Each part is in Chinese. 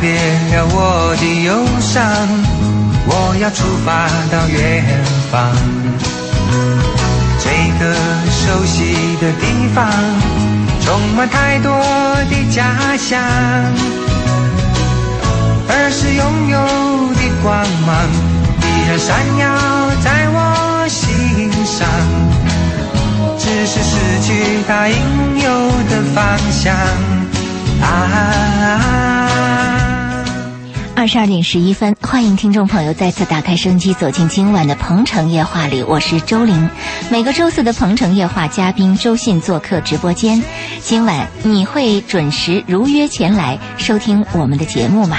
别了我的忧伤，我要出发到远方。这个熟悉的地方，充满太多的家乡。儿时拥有的光芒，依然闪耀在我心上。只是失去它应有的方向。啊，二十二点十一分，欢迎听众朋友再次打开收音机，走进今晚的《鹏城夜话》里，我是周玲。每个周四的《鹏城夜话》，嘉宾周信做客直播间。今晚你会准时如约前来收听我们的节目吗？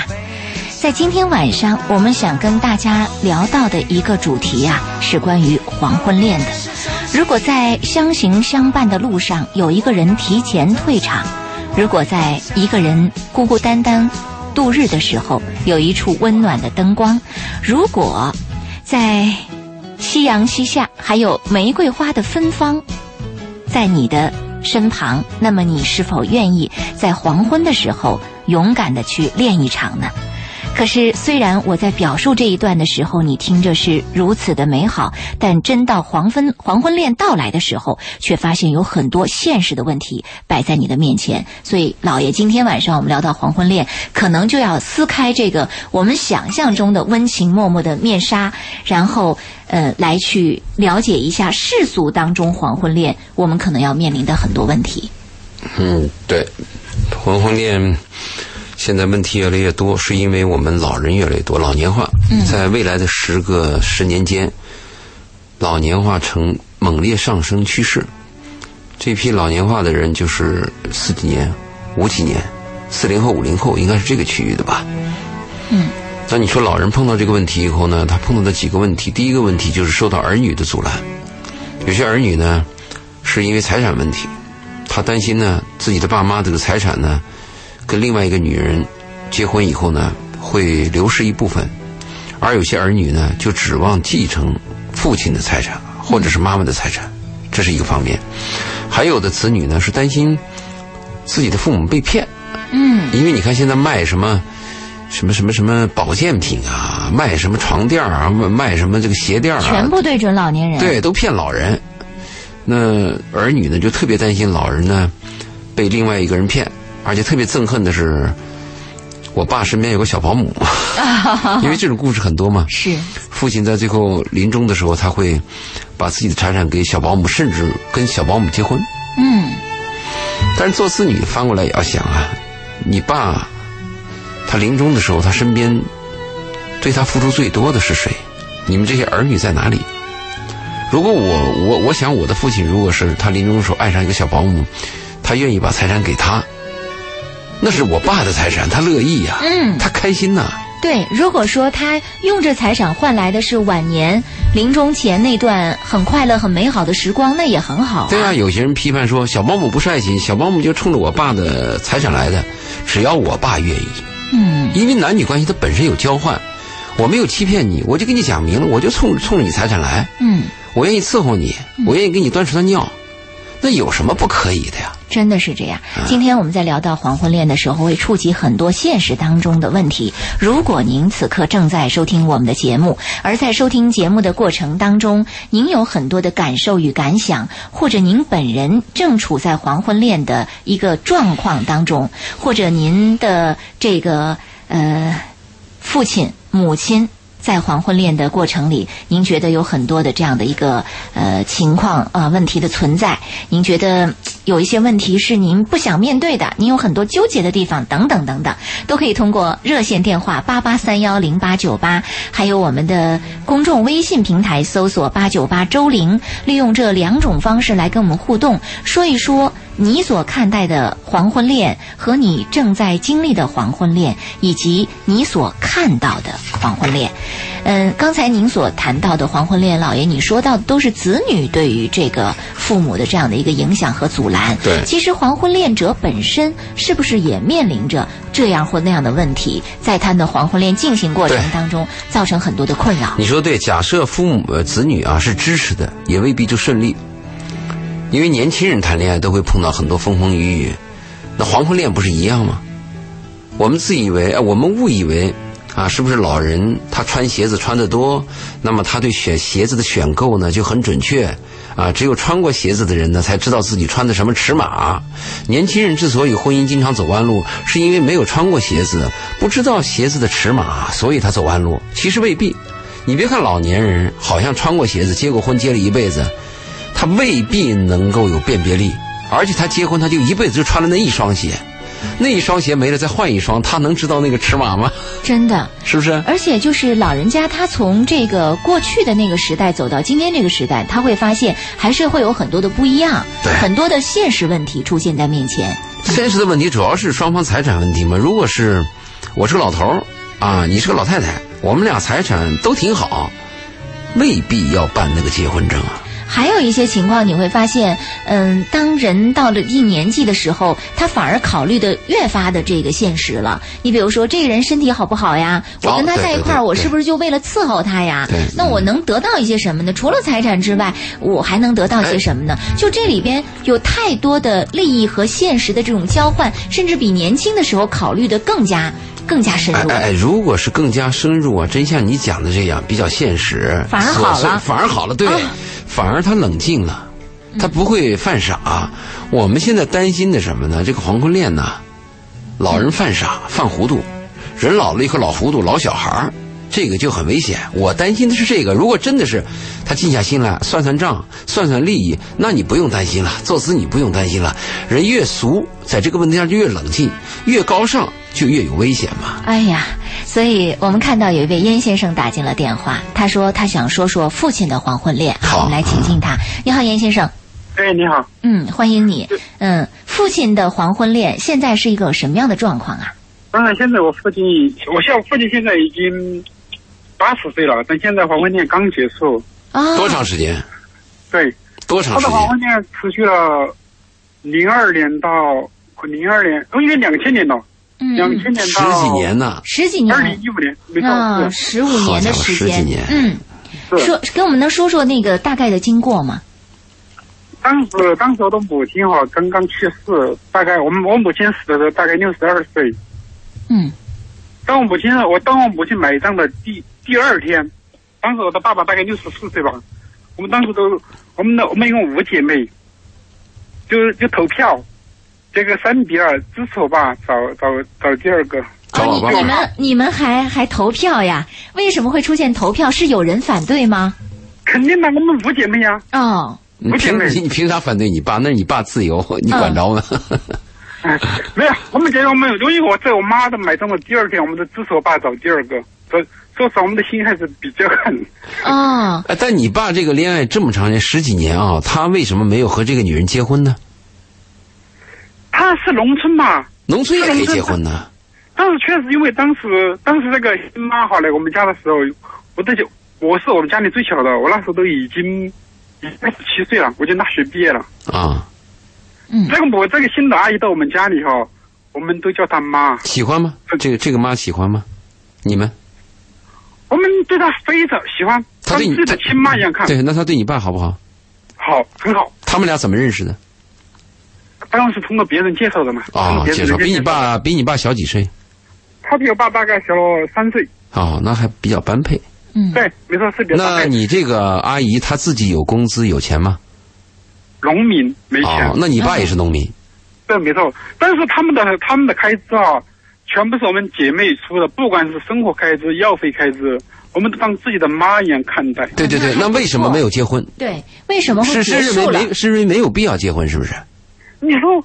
在今天晚上，我们想跟大家聊到的一个主题啊，是关于黄昏恋的。如果在相行相伴的路上，有一个人提前退场；如果在一个人孤孤单单度日的时候，有一处温暖的灯光；如果在夕阳西下，还有玫瑰花的芬芳在你的身旁，那么你是否愿意在黄昏的时候勇敢的去练一场呢？可是，虽然我在表述这一段的时候，你听着是如此的美好，但真到黄昏黄昏恋到来的时候，却发现有很多现实的问题摆在你的面前。所以，老爷，今天晚上我们聊到黄昏恋，可能就要撕开这个我们想象中的温情脉脉的面纱，然后呃，来去了解一下世俗当中黄昏恋我们可能要面临的很多问题。嗯，对，黄昏恋现在问题越来越多，是因为我们老人越来越多，老年化。在未来的十个十年间，老年化呈猛烈上升趋势。这批老年化的人就是四几年、五几年、四零后、五零后，应该是这个区域的吧？嗯。那你说老人碰到这个问题以后呢，他碰到的几个问题，第一个问题就是受到儿女的阻拦。有些儿女呢，是因为财产问题，他担心呢自己的爸妈这个财产呢，跟另外一个女人结婚以后呢，会流失一部分，而有些儿女呢，就指望继承父亲的财嗯产或者是妈妈的财产，这是一个方面。还有的子女呢，是担心自己的父母被骗，嗯因为你看现在卖什么什么什么什么保健品啊，卖什么床垫儿啊，卖什么这个鞋垫儿啊，全部对准老年人。，对，都骗老人。那儿女呢，就特别担心老人呢被另外一个人骗，而且特别憎恨的是，我爸身边有个小保姆，因为这种故事很多嘛。是，父亲在最后临终的时候，他会把自己的财产给小保姆，甚至跟小保姆结婚。嗯但是做子女翻过来也要想啊，你爸他临终的时候，他身边对他付出最多的是谁？你们这些儿女在哪里？如果我我我想我的父亲，如果是他临终的时候爱上一个小保姆，他愿意把财产给他，那是我爸的财产，他乐意呀、嗯。他开心呐、对，如果说他用这财产换来的是晚年临终前那段很快乐、很美好的时光，那也很好、对啊，有些人批判说小保姆不是爱情，小保姆就冲着我爸的财产来的，只要我爸愿意。嗯因为男女关系它本身有交换，我没有欺骗你，我就跟你讲明了，我就冲冲着你财产来，嗯，我愿意伺候你，我愿意给你端屎端尿，那有什么不可以的呀？真的是这样。今天我们在聊到黄昏恋的时候，会触及很多现实当中的问题。如果您此刻正在收听我们的节目，而在收听节目的过程当中，您有很多的感受与感想，或者您本人正处在黄昏恋的一个状况当中，或者您的这个呃父亲、母亲在黄昏恋的过程里，您觉得有很多的这样的一个呃情况啊、呃问题的存在，您觉得嘖有一些问题是您不想面对的，您有很多纠结的地方等等等等，都可以通过热线电话八八三幺零八九八，还有我们的公众微信平台搜索八九八周玲，利用这两种方式来跟我们互动，说一说。你所看待的黄昏恋和你正在经历的黄昏恋，以及你所看到的黄昏恋。嗯，刚才您所谈到的黄昏恋，老爷，你说到的都是子女对于这个父母的这样的一个影响和阻拦。对其实黄昏恋者本身是不是也面临着这样或那样的问题，在他的黄昏恋进行过程对当中造成很多的困扰？你说对，假设父母呃子女啊是支持的，也未必就顺利，因为年轻人谈恋爱都会碰到很多风风雨雨，那黄昏恋不是一样吗？我们自以为，呃我们误以为啊，是不是老人他穿鞋子穿得多，那么他对选鞋子的选购呢就很准确啊？只有穿过鞋子的人呢，才知道自己穿的什么尺码。年轻人之所以婚姻经常走弯路，是因为没有穿过鞋子，不知道鞋子的尺码，所以他走弯路。其实未必。你别看老年人好像穿过鞋子、结过婚、结了一辈子，他未必能够有辨别力，而且他结婚他就一辈子就穿了那一双鞋，那一双鞋没了再换一双，他能知道那个尺码吗？真的。是不是？而且就是老人家，他从这个过去的那个时代走到今天这个时代，他会发现还是会有很多的不一样，对很多的现实问题出现在面前。现实的问题主要是双方财产问题嘛。如果是我是个老头儿啊，你是个老太太，我们俩财产都挺好，未必要办那个结婚证啊。还有一些情况，你会发现，嗯，当人到了一年纪的时候，他反而考虑的越发的这个现实了。你比如说，这个人身体好不好呀？我哦跟他对在一对块儿，对我对是不是就为了伺候他呀对？嗯那我能得到一些什么呢？除了财产之外，我还能得到些什么呢？就这里边有太多的利益和现实的这种交换，甚至比年轻的时候考虑的更加更加深哎入哎。哎，如果是更加深入啊，真像你讲的这样，比较现实，反而好琐碎了啊反而好了，对，反而他冷静了，嗯他不会犯傻。我们现在担心的什么呢？这个黄昏恋呢，老人犯傻、犯糊涂，人老了以后老糊涂、老小孩儿。这个就很危险，我担心的是这个。如果真的是他静下心来算算账、算算利益，那你不用担心了，做子女不用担心了。人越俗，在这个问题上就越冷静，越高尚就越有危险嘛。哎呀，所以我们看到有一位燕先生打进了电话，他说他想说说父亲的黄昏恋。好我们来请进他。你好，燕先生，哎，你好，嗯，欢迎你。嗯，父亲的黄昏恋现在是一个什么样的状况啊？当然现在我父亲，我像我父亲现在已经八十岁了，但现在黄昏恋刚结束，啊、多长时间？对，多长他时的间？黄昏恋持续了零二年到零二年，哦，应该两千年了，嗯，两千年十到几年呢、十几二零年一五年没啊，到，十五年的时好家伙十间。几年嗯，是是，说跟我们能说说那个大概的经过吗？当时当时我的母亲哈刚刚去世，大概我们我母亲死的时候大概六十二岁，嗯，当我母亲我当我母亲埋葬的第第二天，当时我的爸爸大概六十四岁吧，我们当时都我们的我们一共五姐妹，就就投票，这个三比二支持我爸找找找第二个，找我哦，吧你你们你们还还投票呀？为什么会出现投票？是有人反对吗？肯定的，我们五姐妹呀、哦，你不凭是你凭啥反对你爸？那是你爸自由， 你管着吗？哎没有，我们觉得我们由于我在我妈的埋葬的第二天，我们都支持我爸找第二个，所以说实话，我们的心还是比较狠。哦，哎但你爸这个恋爱这么长时间，十几年啊，他为什么没有和这个女人结婚呢？他是农村嘛，农村也可以结婚呢。但是确实因为当时当时那个新妈好来我们家的时候，我都就我是我们家里最小的，我那时候都已经二十七岁了，我就大学毕业了。啊，嗯这个我这个新的阿姨到我们家里哈、我们都叫她妈，喜欢吗？这个这个妈喜欢吗？你们？我们对她非常喜欢，他当对自你己的亲妈一样看，对，那他对你爸好不好？好很好。他们俩怎么认识的？当然是通过别人介绍的嘛。啊、通过别人介绍的比你，爸比你爸小几岁？他比我爸大概小了三岁。哦，那还比较般配。嗯，对，没错，是比我大那概你这个阿姨她自己有工资有钱吗？农民没钱哦，。那你爸也是农民。对，没错。但是他们的他们的开支啊，全部是我们姐妹出的，不管是生活开支、药费开支，我们都当自己的妈一样看待。对对对，那为什么没有结婚？对，为什么会结是是认束为了？没是认为没有必要结婚，是不是？你说，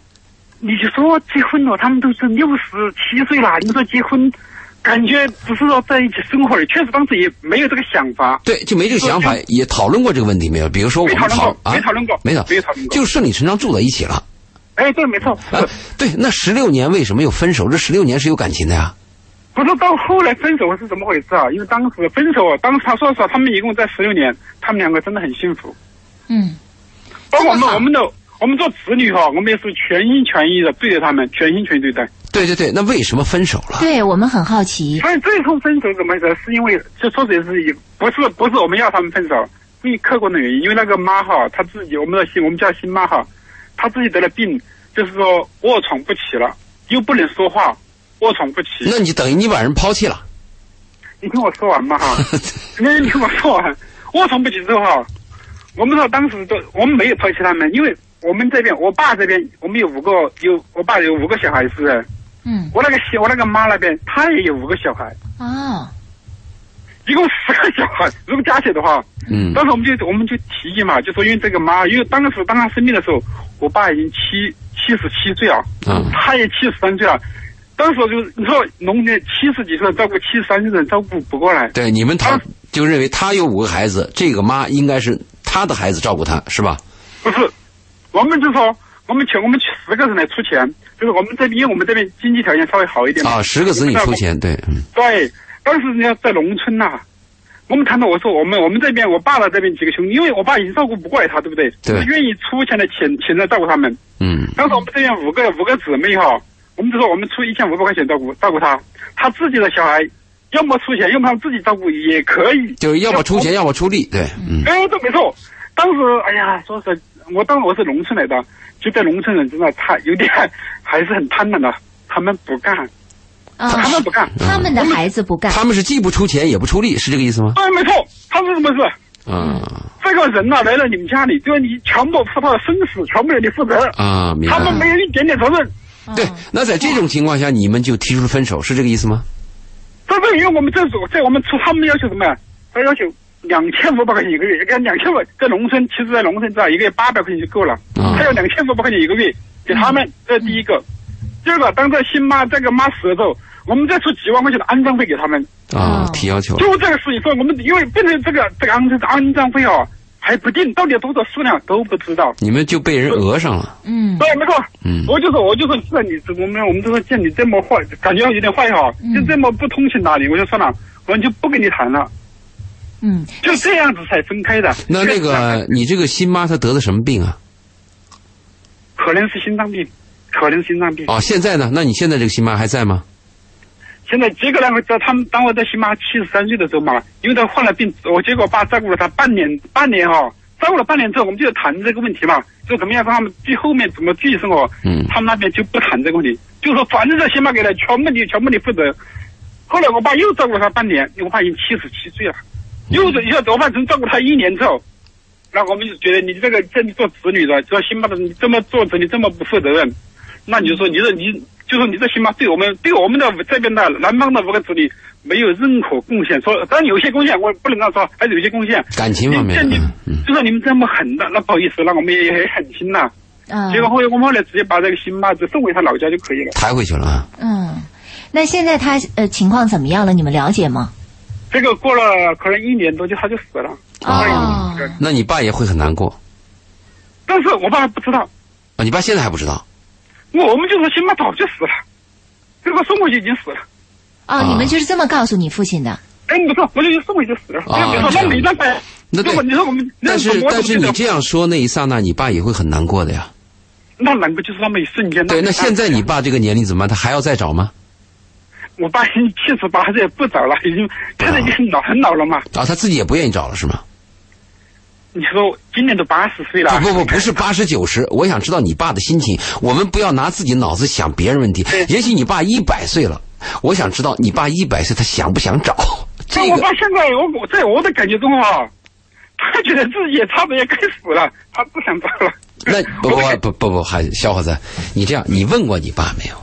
你就说结婚了，他们都是六十七岁了，你说结婚，感觉只是要在一起生活而已，确实当时也没有这个想法。对，就没这个想法，也讨论过这个问题没有？比如说我们没讨论过啊，没讨论过没讨没讨论过就顺理成章住在一起了。哎，对，没错，是啊，对，那十六年为什么又分手？这十六年是有感情的呀。不是到后来分手是怎么回事啊？因为当时分手，当时他说实话，他们一共在十六年，他们两个真的很幸福。嗯，包括我这么们好我们的我们做子女哈，我们也是全心全意的对待他们，全心全意对待。对对对，那为什么分手啊了？嗯对我们很好奇。所以最后分手怎么回事？是因为就说也是也不是不是我们要他们分手，因为客观的原因，因为那个妈哈，她自己我们的新我们叫新妈哈，她自己得了病，就是说卧床不起了，又不能说话，卧床不起。那你等于你把人抛弃了。你听我说完嘛哈，那你听我说完。卧床不起之后哈，我们说当时都我们没有抛弃他们，因为我们这边我爸这边我们有五个有我爸有五个小孩子，嗯，我那个小我那个妈那边她也有五个小孩，哦，一共十个小孩，如果加起来的话，嗯当时我们就我们就提议嘛，就说因为这个妈，因为当时当她生病的时候，我爸已经七七十七岁了，嗯他也七十三岁了。当时就是你说农年七十几岁照顾七十三岁的人照顾不过来，对，你们他他就认为他有五个孩子，这个妈应该是他的孩子照顾他，是吧？不是，我们就说我们请我们十个人来出钱，就是我们这边因为我们这边经济条件稍微好一点嘛，啊，十个子女出钱，对，嗯对，当时人家在农村呐、我们谈到我说我们我们这边我爸的这边几个兄弟，因为我爸已经照顾不过来他，对不对？对我们愿意出钱来请请来照顾他们。嗯当时我们这边五个五个姊妹哈，我们就说我们出一千五百块钱照顾照顾他，他自己的小孩，要么出钱，要么他们自己照顾也可以。就是要么出钱，要么出力，对，嗯哎，这没错。当时哎呀，说是我当我是农村来的，觉得农村人真的太有点 还是很贪婪的，他们不干，哎啊、他们不干。他们的孩子不干，他们是既不出钱也不出力，是这个意思吗？对，没错，他们是什么事？嗯啊这个人呐、来到你们家里，就是你全部是他的生死，全部由你负责，啊，明白他们没了。有一点点责任。嗯对，那在这种情况下，你们就提出了分手，是这个意思吗？这是因为我们政府在我们出他们要求什么呀？他要求两千五百块钱一个月，跟两千五在农村，其实在农村知道一个月八百块钱就够了，啊他要两千五百块钱一个月给他们，嗯这是第一个。第二个，当这新妈这个妈死了之后，我们再出几万块钱的安葬费给他们，啊哦，提要求了，嗯就这个事情，所以我们因为变成这个这个安葬安葬费啊，还不定到底有多少数量都不知道。你们就被人讹上了。嗯对，没错。嗯我就说，我就说，既然你我们我们就说，见你这么坏，感觉有点坏哈，嗯就这么不通情达理，我就算了，我就不跟你谈了，嗯，就这样子才分开的。啊那那这样个子你这个新妈她得的什么病啊？可能是心脏病，可能是心脏病。哦，现在呢？那你现在这个新妈还在吗？现在结果呢，在他们当我在新妈七十三岁的时候嘛，因为他患了病，我结果爸照顾了他半年，半年哈、照顾了半年之后，我们就谈这个问题嘛，就怎么样让他们最后面怎么继续生活。嗯他们那边就不谈这个问题，就说反正这新妈给的全部你全部你负责。后来我爸又照顾了他半年，我爸已经七十七岁了，又一下我爸只照顾他一年之后，那我们就觉得你这个这你做子女的，做新妈的你这么做子女这么不负责任，那你就说你这你就说你这新妈对我们对我们的这边的南方的五个子女没有任何贡献，说当然有些贡献我不能这样说，还是有些贡献。感情方面这你的，嗯，就说你们这么狠的，那不好意思，那我们也也很心呐、啊嗯结果后来我们后来直接把这个新妈子送回他老家就可以了。抬回去了啊。嗯，那现在他呃情况怎么样了？你们了解吗？这个过了可能一年多就他就死了，哦，那你爸也会很难过但是我爸还不知道，啊？你爸现在还不知道我我们就说新妈早就死了，这个送回去已经死了。哦，你们就是这么告诉你父亲的？哎，你说，我就送回去死了。啊你说这样那没办法呀。那对如果你说我们，但是那我怎但么是觉得你这样说那一刹那，你爸也会很难过的呀。那难过就是那么一瞬间。对，没那办法现在你爸这个年龄怎么办？他还要再找吗？我爸已经七十八岁不早了，已经现在已经很老很老了嘛。啊，他自己也不愿意找了是吗？你说今年都八十岁了，不不不，不是八十九十，我想知道你爸的心情。我们不要拿自己脑子想别人问题对。也许你爸一百岁了，我想知道你爸一百岁他想不想找那这我个爸现在我我在我的感觉中啊，他觉得自己也差不多也该死了，他不想走了。那不我不不不不，还小伙子，你这样，你问过你爸没有？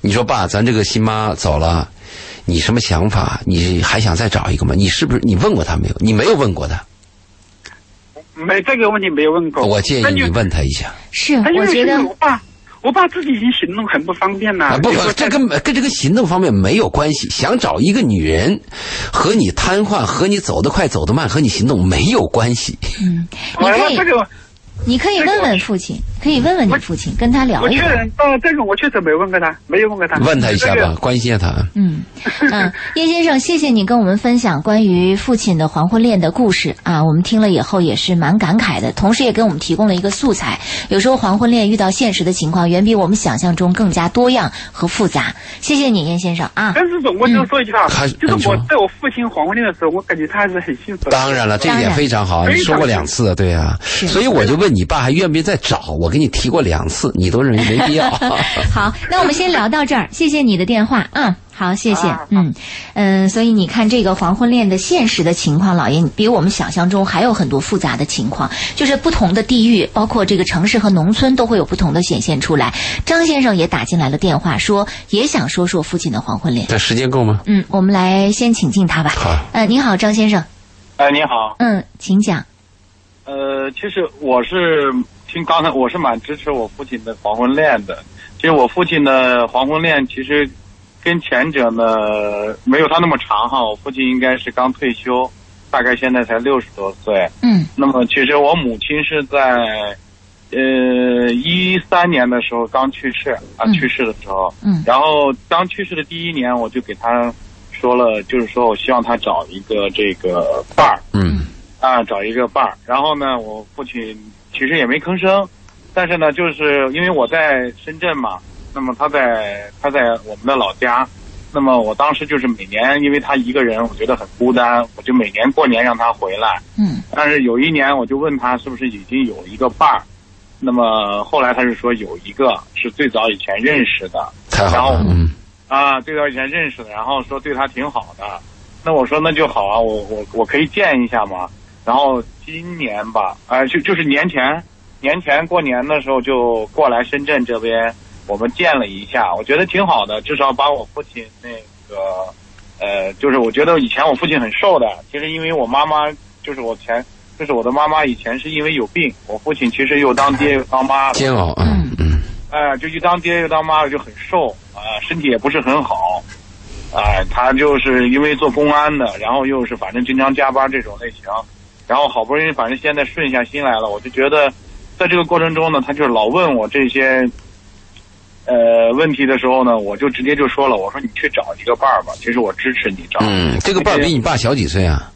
你说爸，咱这个新妈走了，你什么想法？你还想再找一个吗？你是不是你问过他没有？你没有问过他，没这个问题没有问过。我建哦那议就你。问他一下。是，他因我为觉现得在我爸，我爸自己已经行动很不方便啊，了。不你不说，这在跟跟这个行动方面没有关系。想找一个女人，和你瘫痪、和你走得快、走得慢、和你行动没有关系。嗯你完可了以啊这个。你可以问问父亲，可以问问你父亲，跟他聊我一确聊。认，当然这个我确实没问过他，没有问过他。问他一下啊这吧个，关心一下他。嗯嗯，叶先生，谢谢你跟我们分享关于父亲的黄昏恋的故事啊，我们听了以后也是蛮感慨的，同时也给我们提供了一个素材。有时候黄昏恋遇到现实的情况，远比我们想象中更加多样和复杂。谢谢你，叶先生啊。但是总我就说一句话，还就是我你说在我父亲黄昏恋的时候，我感觉他还是很幸福的。当然了，这一当点然非常好，你非常说过两次了，对啊。所以我就问你爸还愿不愿意再找？我我给你提过两次，你都认为没必要。 好，那我们先聊到这儿，谢谢你的电话。嗯，好，谢谢啊。嗯嗯，所以你看这个黄昏恋的现实的情况，老爷，你比我们想象中还有很多复杂的情况，就是不同的地域，包括这个城市和农村，都会有不同的显现出来。张先生也打进来了电话，说也想说说附近的黄昏恋。但时间够吗？嗯，我们来先请进他吧。好呃，你好，张先生。哎，你好，嗯，请讲。呃，其实我是听刚才我是蛮支持我父亲的黄昏恋的。其实我父亲的黄昏恋其实跟前者呢没有他那么长哈，我父亲应该是刚退休，大概现在才六十多岁。嗯那么其实我母亲是在呃一三年的时候刚去世啊，嗯去世的时候，嗯然后刚去世的第一年我就给他说了，就是说我希望他找一个这个伴儿。嗯啊，找一个伴儿。然后呢，我父亲其实也没吭声，但是呢，就是因为我在深圳嘛，那么他在他在我们的老家，那么我当时就是每年，因为他一个人，我觉得很孤单，我就每年过年让他回来。嗯但是有一年，我就问他是不是已经有一个伴儿，那么后来他是说有一个是最早以前认识的，太好了然，后嗯啊，最早以前认识的，然后说对他挺好的，那我说那就好啊，我我我可以见一下嘛。然后今年吧，呃，就就是年前，年前过年的时候就过来深圳这边，我们见了一下，我觉得挺好的，至少把我父亲那个，呃，就是我觉得以前我父亲很瘦的，其实因为我妈妈就是我前，就是我的妈妈以前是因为有病，我父亲其实又当爹又当妈的，煎熬啊，嗯哎、就一当爹又当妈的就很瘦啊、身体也不是很好，啊、他就是因为做公安的，然后又是反正经常加班这种类型，然后好不容易反正现在顺下心来了，我就觉得，在这个过程中呢，他就是老问我这些，呃问题的时候呢，我就直接就说了，我说你去找一个伴儿吧，其实我支持你找，嗯，这个伴儿比你爸小几岁啊？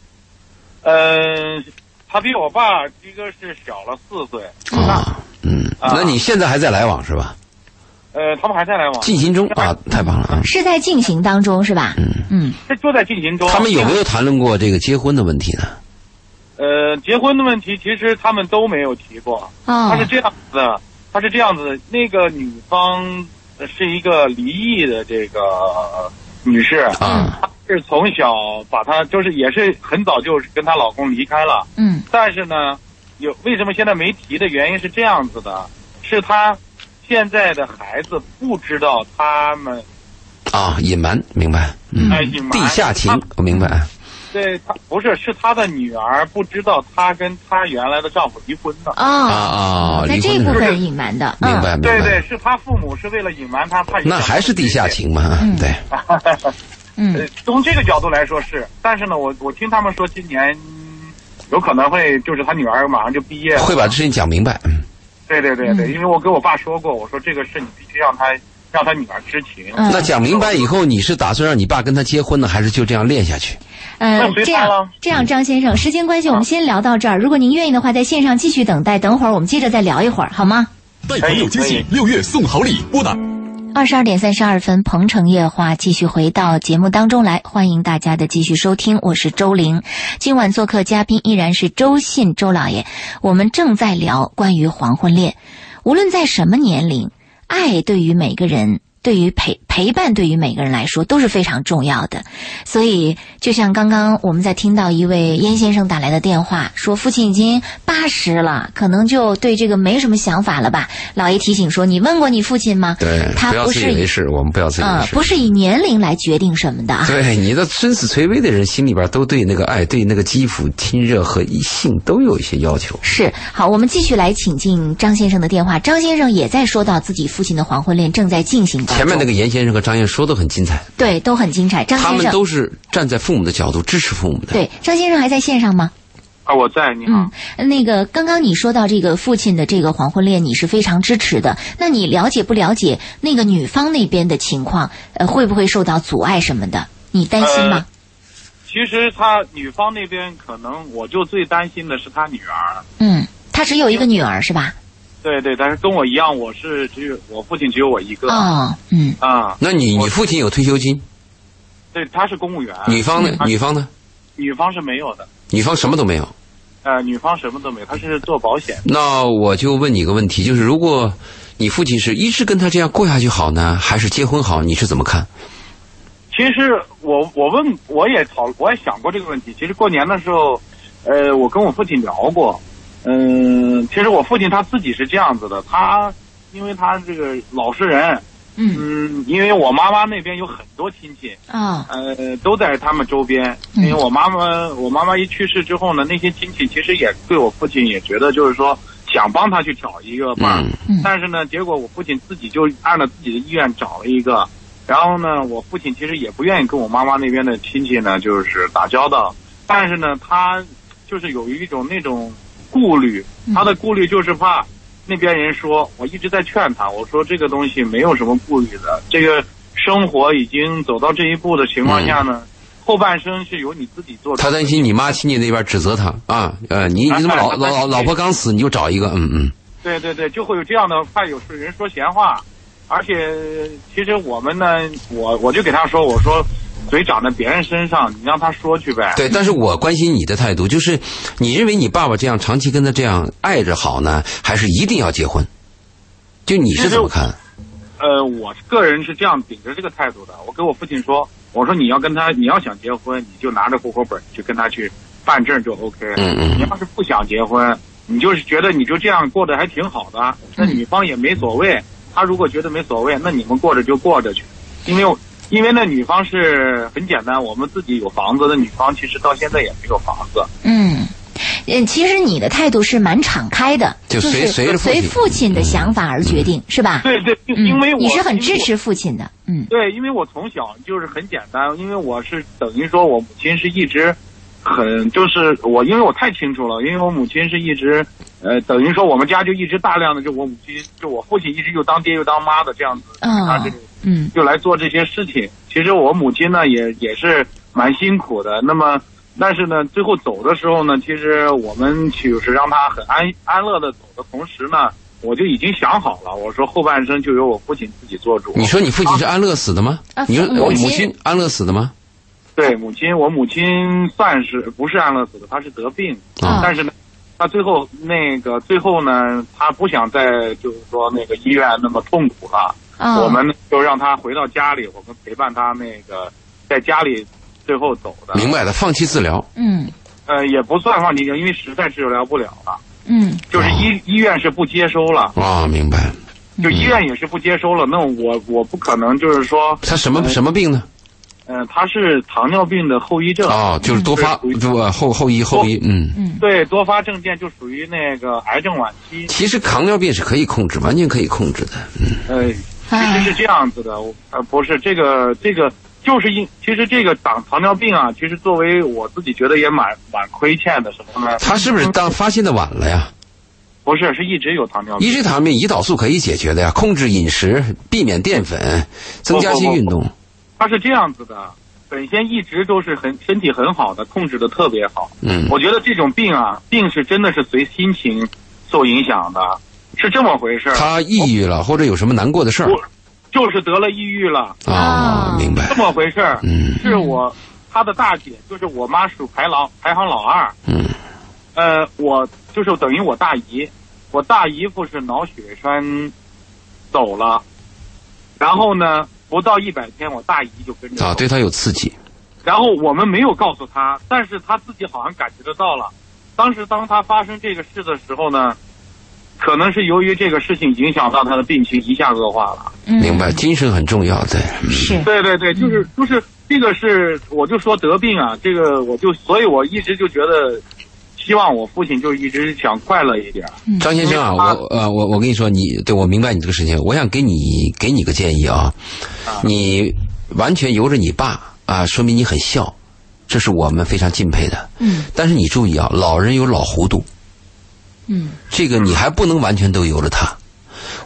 嗯、他比我爸一个是小了四岁，啊，嗯，啊那你现在还在来往是吧？呃，他们还在来往，进行中啊，太棒了啊！是在进行当中是吧？嗯嗯这就在进行中，他们有没有谈论过这个结婚的问题呢？呃，结婚的问题其实他们都没有提过。嗯他是哦这样子的，他是这样子的，那个女方呃是一个离异的这个呃女士，嗯啊，她是从小把她就是也是很早就跟她老公离开了，嗯但是呢，有为什么现在没提的原因是这样子的，是她现在的孩子不知道他们啊，隐瞒，明白？嗯，哎隐瞒地下情他，我明白。对她不是是她的女儿不知道她跟她原来的丈夫离婚的。啊哦，啊，在离这部婚的时候分隐瞒的，明嗯白明对对，白。是她父母是为了隐瞒她，怕影响那还是地下 情嘛？啊对，嗯呃，从这个角度来说是，但是呢，我我听他们说今年有可能会就是他女儿马上就毕业了，会把这事情讲明白。嗯对对对对，因为我跟我爸说过，我说这个事你必须让他让他女儿知情。嗯那讲明白以后，你是打算让你爸跟他结婚呢，还是就这样练下去？呃那，随这他样了这样，张先生，时间关系，我们先聊到这儿。如果您愿意的话，在线上继续等待，等会儿我们接着再聊一会儿，好吗？带朋友惊喜，六月送好礼，拨打二十二点三十二分，鹏城夜话继续回到节目当中来，欢迎大家的继续收听，我是周玲。今晚做客嘉宾依然是周信周老爷，我们正在聊关于黄昏恋。无论在什么年龄，爱对于每个人，对于陪陪伴，对于每个人来说都是非常重要的。所以，就像刚刚我们在听到一位燕先生打来的电话，说父亲已经八十了，可能就对这个没什么想法了吧？老爷提醒说，你问过你父亲吗？对，他不要不自是以为是，我们不要自以嗯为，是。不是以年龄来决定什么的啊。对，你的生死垂危的人心里边都对那个爱、对那个肌肤、亲热和性都有一些要求。是好，我们继续来请进张先生的电话。张先生也在说到自己父亲的黄昏恋正在进行当中，前面那个严先生和张燕说的很精彩，对都很精彩。张他先们生都是站在父母的角度支持父母的。对张先生还在线上吗？啊，我在，你好。嗯，那个刚刚你说到这个父亲的这个黄昏恋，你是非常支持的。那你了解不了解那个女方那边的情况？呃，会不会受到阻碍什么的？你担心吗？其实他女方那边可能我就最担心的是他女儿，嗯，他只有一个女儿是吧？对对，但是跟我一样，我是只有我父亲只有我一个啊、哦，嗯，那你你父亲有退休金？啊对，他是公务员，女方呢？他女方呢？女方是没有的，女方什么都没有。呃，女方什么都没有，她是做保险的。那我就问你个问题，就是如果你父亲是一直跟他这样过下去好呢，还是结婚好？你是怎么看？其实我我问我也讨我也想过这个问题。其实过年的时候，呃，我跟我父亲聊过，嗯、其实我父亲他自己是这样子的，他因为他这个老实人，嗯嗯，因为我妈妈那边有很多亲戚，哦，呃，都在他们周边。嗯因为我妈妈，我妈妈一去世之后呢，那些亲戚其实也对我父亲也觉得就是说想帮他去找一个伴儿，嗯嗯但是呢，结果我父亲自己就按照自己的意愿找了一个。然后呢，我父亲其实也不愿意跟我妈妈那边的亲戚呢，就是打交道。但是呢，他就是有一种那种顾虑，他的顾虑就是怕那边人说，我一直在劝他，我说这个东西没有什么顾虑的，这个生活已经走到这一步的情况下呢，后半生是由你自己做主。他担心你妈亲戚那边指责他啊，呃，你你怎么老哎老老老婆刚死你就找一个，嗯嗯，对对对，就会有这样的，怕有时人说闲话，而且其实我们呢，我我就给他说，我说嘴长在别人身上，你让他说去呗。对。但是我关心你的态度，就是你认为你爸爸这样长期跟他这样爱着好呢，还是一定要结婚？就你是怎么看？呃，我个人是这样秉着这个态度的，我跟我父亲说，我说你要跟他，你要想结婚，你就拿着户口本去跟他去办证就 OK。嗯嗯你要是不想结婚，你就是觉得你就这样过得还挺好的，那女方也没所谓。她如果觉得没所谓，那你们过着就过着去，因为我因为那女方是很简单，我们自己有房子，那女方其实到现在也没有房子。嗯。嗯，其实你的态度是蛮敞开的，就随是随着父随亲父亲的想法而决定，是吧？对对，因嗯，因为我你是很因为支我持父亲的，嗯对，因为我从小就是很简单，因为我是等于说我母亲是一直很就是我，因为我太清楚了，因为我母亲是一直呃，等于说我们家就一直大量的就我母亲就我父亲一直又当爹又当妈的这样子，他啊这种嗯就来做这些事情。其实我母亲呢也也是蛮辛苦的，那么但是呢，最后走的时候呢，其实我们就是让她很安安乐的走的同时呢。我就已经想好了，我说后半生就由我父亲自己做主。你说你父亲是安乐死的吗？啊你说父母我母亲亲安乐死的吗？对，母亲，我母亲算是不是安乐死的，她是得病，啊但是呢，她最后那个最后呢，她不想再就是说那个医院那么痛苦了，啊，我们就让她回到家里，我们陪伴她那个在家里最后走的，明白了，放弃治疗。嗯呃，也不算放弃因为实在治疗不了了，嗯就是哦医、医院是不接收了，啊、明白。就医院也是不接收了，那我我不可能就是说，他什么什么病呢？嗯，她是糖尿病的后遗症。哦，就是多发嗯哦多后后遗后遗，嗯。嗯对，多发症件就属于那个癌症晚期，其实糖尿病是可以控制，完全可以控制的。呃，其实是这样子的，我呃，不是这个这个，就是因其实这个糖糖尿病啊，其实作为我自己觉得也蛮蛮亏欠的，什么呢？他是不是当发现的晚了呀？不是是一直有糖尿一病？直糖尿病胰岛素可以解决的呀，控制饮食，避免淀粉，增加些运动。他是这样子的，本先一直都是很身体很好的，控制的特别好。嗯我觉得这种病啊，病是真的是随心情受影响的，是这么回事儿。他抑郁了，或者有什么难过的事儿我就是得了抑郁了，啊、啊明白这。么回事儿。嗯是我他的大姐，就是我妈属排老排行老二，嗯呃，我就是等于我大姨，我大姨夫是脑血栓走了，然后呢，不到一百天，我大姨就跟着走啊，对他有刺激。然后我们没有告诉他，但是他自己好像感觉得到了。当时当他发生这个事的时候呢，可能是由于这个事情影响到他的病情一下恶化了。嗯，明白，精神很重要，对。是对对对，就是就是这个是，我就说得病啊，这个我就，所以我一直就觉得，希望我父亲就一直想快乐一点。张先生啊，我呃，我我跟你说，你对我明白你这个事情，我想给你给你个建议啊，你完全由着你爸啊，说明你很孝，这是我们非常敬佩的。嗯但是你注意啊，老人有老糊涂，嗯这个你还不能完全都由着他。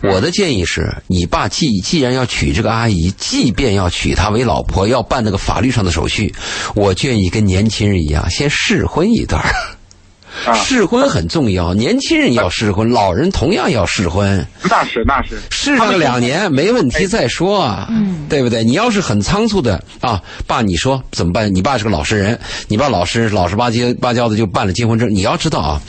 我的建议是，你爸既既然要娶这个阿姨，即便要娶她为老婆，要办那个法律上的手续，我建议跟年轻人一样，先试婚一段儿啊试婚很重要，年轻人要试婚，老人同样要试婚。那是那是，试上两哎年没问题再说啊，嗯对不对？你要是很仓促的啊，爸，你说怎么办？你爸是个老实人，你爸老实老实巴结巴交的就办了结婚证。你要知道啊，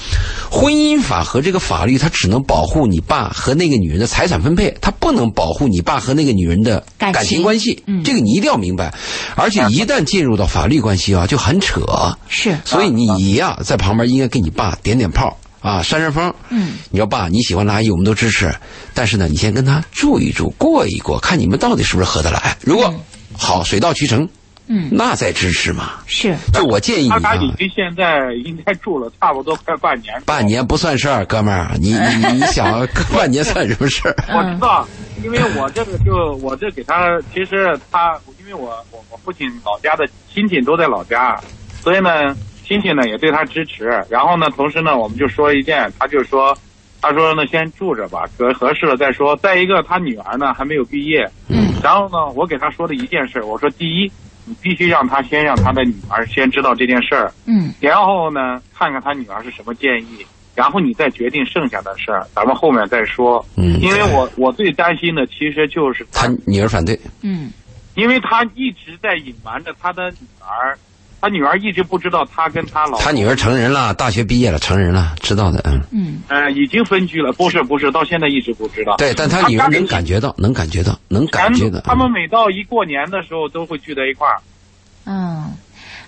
婚姻法和这个法律它只能保护你爸和那个女人的财产分配，它不能保护你爸和那个女人的感情感情关系。嗯这个你一定要明白。而且一旦进入到法律关系啊，就很扯。是所以你呀、在旁边应该给你爸点点炮啊，扇扇风。嗯，你说爸，你喜欢垃圾我们都支持，但是呢，你先跟他住一住，过一过，看你们到底是不是合得来。如果好，水到渠成，嗯那再支持嘛。是，这我建议你他啊俩，已经现在应该住了差不多快半年了。半年不算事儿，哥们儿，你你你想啊 半年算什么事儿？ 我知道，因为我这个就我这给他，其实他因为我我我父亲老家的亲戚都在老家，所以呢亲戚呢也对他支持。然后呢，同时呢我们就说一件，他就说，他说呢先住着吧，合合适了再说。再一个，他女儿呢还没有毕业，嗯，然后呢我给他说的一件事，我说第一，你必须让他先让他的女儿先知道这件事儿，嗯然后呢，看看他女儿是什么建议，然后你再决定剩下的事儿，咱们后面再说。嗯因为我我最担心的其实就是他他，女儿反对，嗯因为他一直在隐瞒着他的女儿，他女儿一直不知道他跟他老他女儿成人了，大学毕业了，成人了，知道的，嗯，嗯呃已经分居了，不是不是，到现在一直不知道。对，但他女儿能感觉到，能感觉到，能咱感觉们到。嗯他们每到一过年的时候都会聚在一块儿。嗯。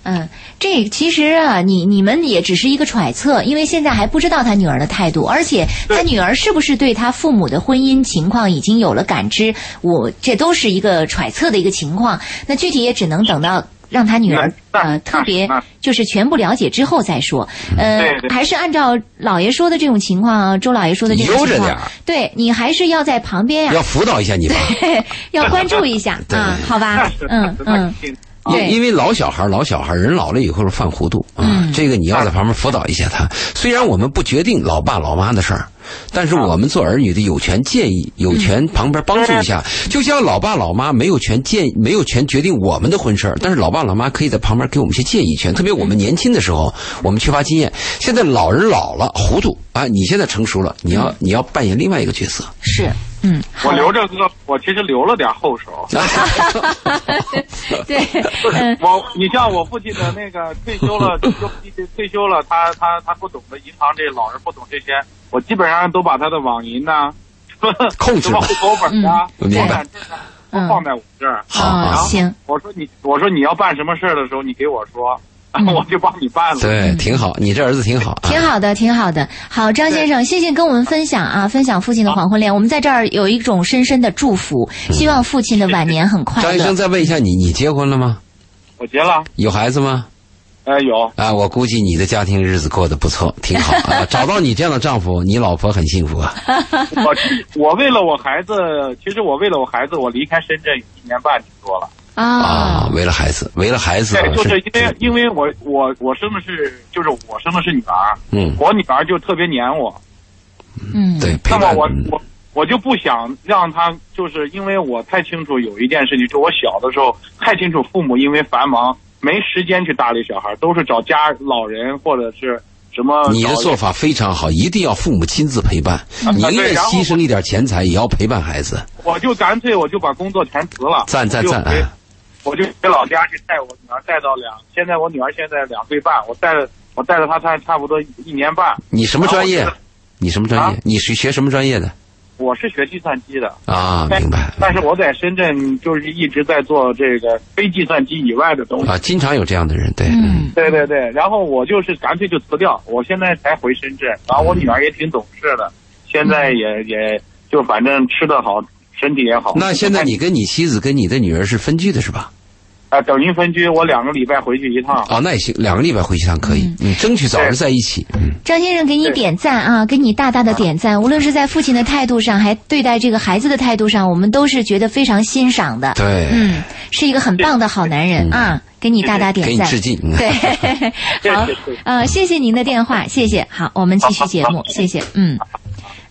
嗯，这其实啊，你你们也只是一个揣测，因为现在还不知道他女儿的态度，而且他女儿是不是对他父母的婚姻情况已经有了感知，我这都是一个揣测的一个情况。那具体也只能等到让他女儿那呃那特别那就是全部了解之后再说。呃对，对还是按照老爷说的这种情况啊，周老爷说的这种悠着情点况儿，对你还是要在旁边呀、要辅导一下你爸， 要关注一下 对啊，好那吧是，嗯嗯那肯。定对因啊因为老小孩儿老小孩儿人老了以后是犯糊涂啊，嗯这个你要在旁边辅导一下他。虽然我们不决定老爸老妈的事儿，但是我们做儿女的有权建议，有权旁边帮助一下。嗯就像老爸老妈没有权建，没有权决定我们的婚事儿，但是老爸老妈可以在旁边给我们一些建议权。特别我们年轻的时候，我们缺乏经验，现在老人老了糊涂啊，你现在成熟了，你嗯要你要扮演另外一个角 色。是，嗯，我好，留着个，我其实留了点后手。 对，嗯我，你像我父亲的那个退休了，退休退休了，他他他不懂的银行这老人不懂这些，我基本上都把他的网银呐、控制什么了户口本啊、嗯房明白产证啊，都放在我这儿。好嗯哦然后行，我说你，我说你要办什么事儿的时候，你给我说，嗯我就帮你办了。对，挺好，你这儿子挺好啊。挺好的，挺好的。好，张先生，谢谢跟我们分享啊，分享父亲的黄昏恋。我们在这儿有一种深深的祝福，嗯希望父亲的晚年很张快医生，乐。再问一下你，你结婚了吗？我结了，有孩子吗？呃，有，啊，我估计你的家庭日子过得不错，挺好 啊。找到你这样的丈夫，你老婆很幸福啊。我我为了我孩子，其实我为了我孩子，我离开深圳有一年半多了。啊啊，，为了孩子，为了孩子啊，哎对，就是因为因为我我我生的是就是我生的是女儿，嗯，我女儿就特别黏我，嗯，对，陪那么伴我嗯我我就不想让她，就是因为我太清楚有一件事情，就我小的时候太清楚父母因为繁忙没时间去搭理小孩，都是找家老人或者是什么你的找啊做法非常好，一定要父母亲自陪伴，宁愿对然后牺牲一点钱财也要陪伴孩子。我就干脆我就把工作全辞了，赞赞我就赞回啊！我就回老家去带我女儿，带到两，现在我女儿现在两岁半，我带着我带着她差差不多一年半，你什么专业然后我觉得？你什么专业啊？你是学什么专业的？我是学计算机的。啊，但明白。哎但是我在深圳就是一直在做这个非计算机以外的东西。啊，经常有这样的人，对，嗯，对对对，然后我就是干脆就辞掉，我现在才回深圳。然后我女儿也挺懂事的，现在也也就反正吃得好，身体也好。那现在你跟你妻子跟你的女儿是分居的是吧？啊、等于分居，我两个礼拜回去一趟。啊，那也行，两个礼拜回去一趟可以，嗯，争取早日在一起。嗯，张先生给你对点赞啊，给你大大的点赞。无论是在父亲的态度上，还对待这个孩子的态度上，我们都是觉得非常欣赏的。对，嗯嗯，是一个很棒的好男人啊，给你大大给点你赞。致敬。 嗯。对，好谢谢，呃，谢谢您的电话，谢谢。好，我们继续节目，谢谢。嗯，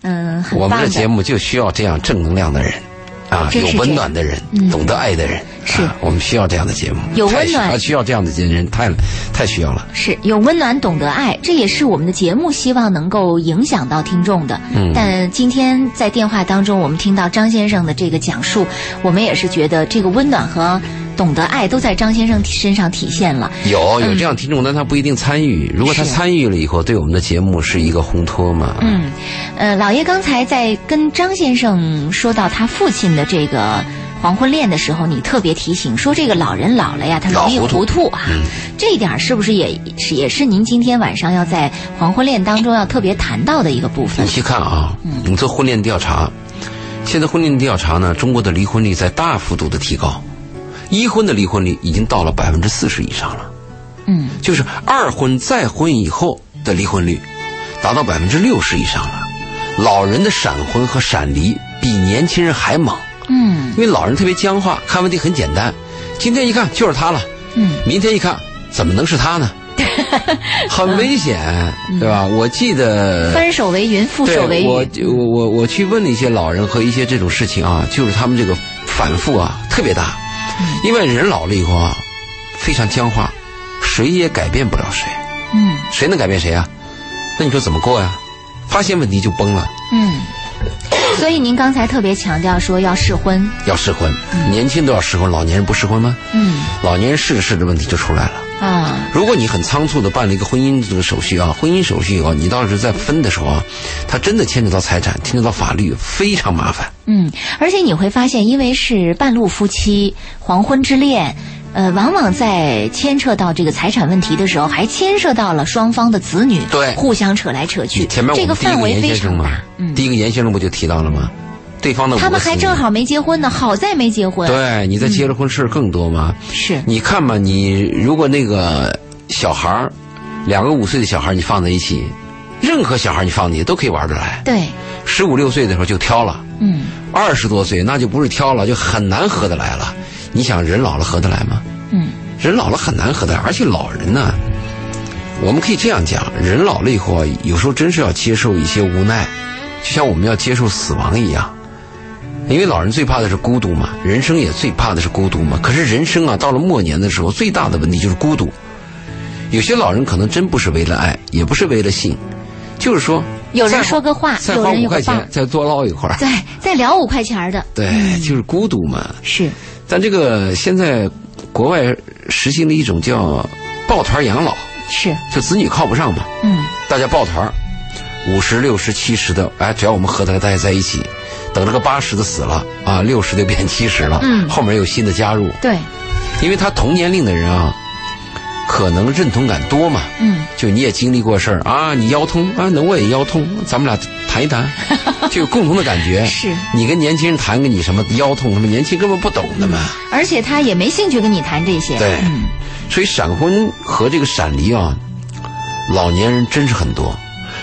嗯，很我们棒这节的。目就需要这样正能量的人，啊，真有是这样温暖的人，懂得爱的人，嗯是啊我们需要这样的节目，有太温需暖啊需要这样的人，太太需要了。是有温暖，懂得爱，这也是我们的节目希望能够影响到听众的。嗯但今天在电话当中，我们听到张先生的这个讲述，我们也是觉得这个温暖和懂得爱都在张先生身上体现了。有有这样听众，但他不一定参与。如果他嗯是参与了以后，对我们的节目是一个烘托嘛？嗯，呃，老爷刚才在跟张先生说到他父亲的这个黄昏恋的时候，你特别提醒说这个老人老了呀，他容易老糊涂嗯糊涂啊。这一点儿是不是也是也是您今天晚上要在黄昏恋当中要特别谈到的一个部分你？去看啊，嗯你做婚恋调查，现在婚恋调查呢，中国的离婚率在大幅度的提高，一婚的离婚率已经到了百分之四十以上了，嗯，就是二婚再婚以后的离婚率达到百分之六十以上了。老人的闪婚和闪离比年轻人还猛，嗯因为老人特别僵化，看问题很简单，今天一看就是他了，嗯，明天一看怎么能是 他呢？很危险，嗯对吧？我记得翻手为云，覆对，手为我雨。就我我我去问了一些老人和一些这种事情啊，就是他们这个反复啊特别大，因为人老了以后啊，非常僵化，谁也改变不了谁，嗯谁能改变谁啊？那你说怎么过呀、发现问题就崩了，嗯。所以您刚才特别强调说要试婚。要试婚，年轻都要试婚，老年人不试婚吗？嗯老年人试着试着问题就出来了。啊如果你很仓促的办了一个婚姻这个手续啊，婚姻手续以后，你到时候在分的时候啊，他真的牵扯到财产，牵扯到法律，非常麻烦。嗯，而且你会发现，因为是半路夫妻、黄昏之恋。呃，往往在牵扯到这个财产问题的时候，还牵涉到了双方的子女，对互相扯来扯去，前面我这们个第一范个围严非先生常嘛大。，嗯，第一个严先生不就提到了吗？对方的他五个们还子女正好嗯没结婚呢，好在没结婚。，对你再结了婚事儿更多嘛？是，你看吧，你如果那个小孩儿，两个五岁的小孩儿你放在一起，任何小孩儿你放在一起都可以玩得来。对，十五六岁的时候就挑了，嗯二十多岁那就不是挑了，就很难合得来了。你想人老了合得来吗？嗯人老了很难合得来，而且老人呢、我们可以这样讲，人老了以后啊，有时候真是要接受一些无奈，就像我们要接受死亡一样。因为老人最怕的是孤独嘛，人生也最怕的是孤独嘛。可是人生啊，到了末年的时候，最大的问题就是孤独。有些老人可能真不是为了爱，也不是为了性，就是说，有人再花说个话再有花人五有个块伴钱儿，再多捞一会儿，再再聊五块钱儿的，对，就是孤独嘛。是，但这个现在国外实行了一种叫抱团养老，是，就子女靠不上嘛，嗯大家抱团儿，五十、六十、七十的，哎，只要我们合得来，大家在一起，等这个八十的死了啊，六十的变七十了，嗯后面有新的加入，，对，因为他同年龄的人啊，可能认同感多嘛，嗯，就你也经历过事儿啊，你腰痛啊，那我也腰痛，咱们俩谈 一谈，就有共同的感觉。是你跟年轻人谈个你什么腰痛什么，年轻人根本不懂的嘛。而且他也没兴趣跟你谈这些。对，所以闪婚和这个闪离啊，老年人真是很多。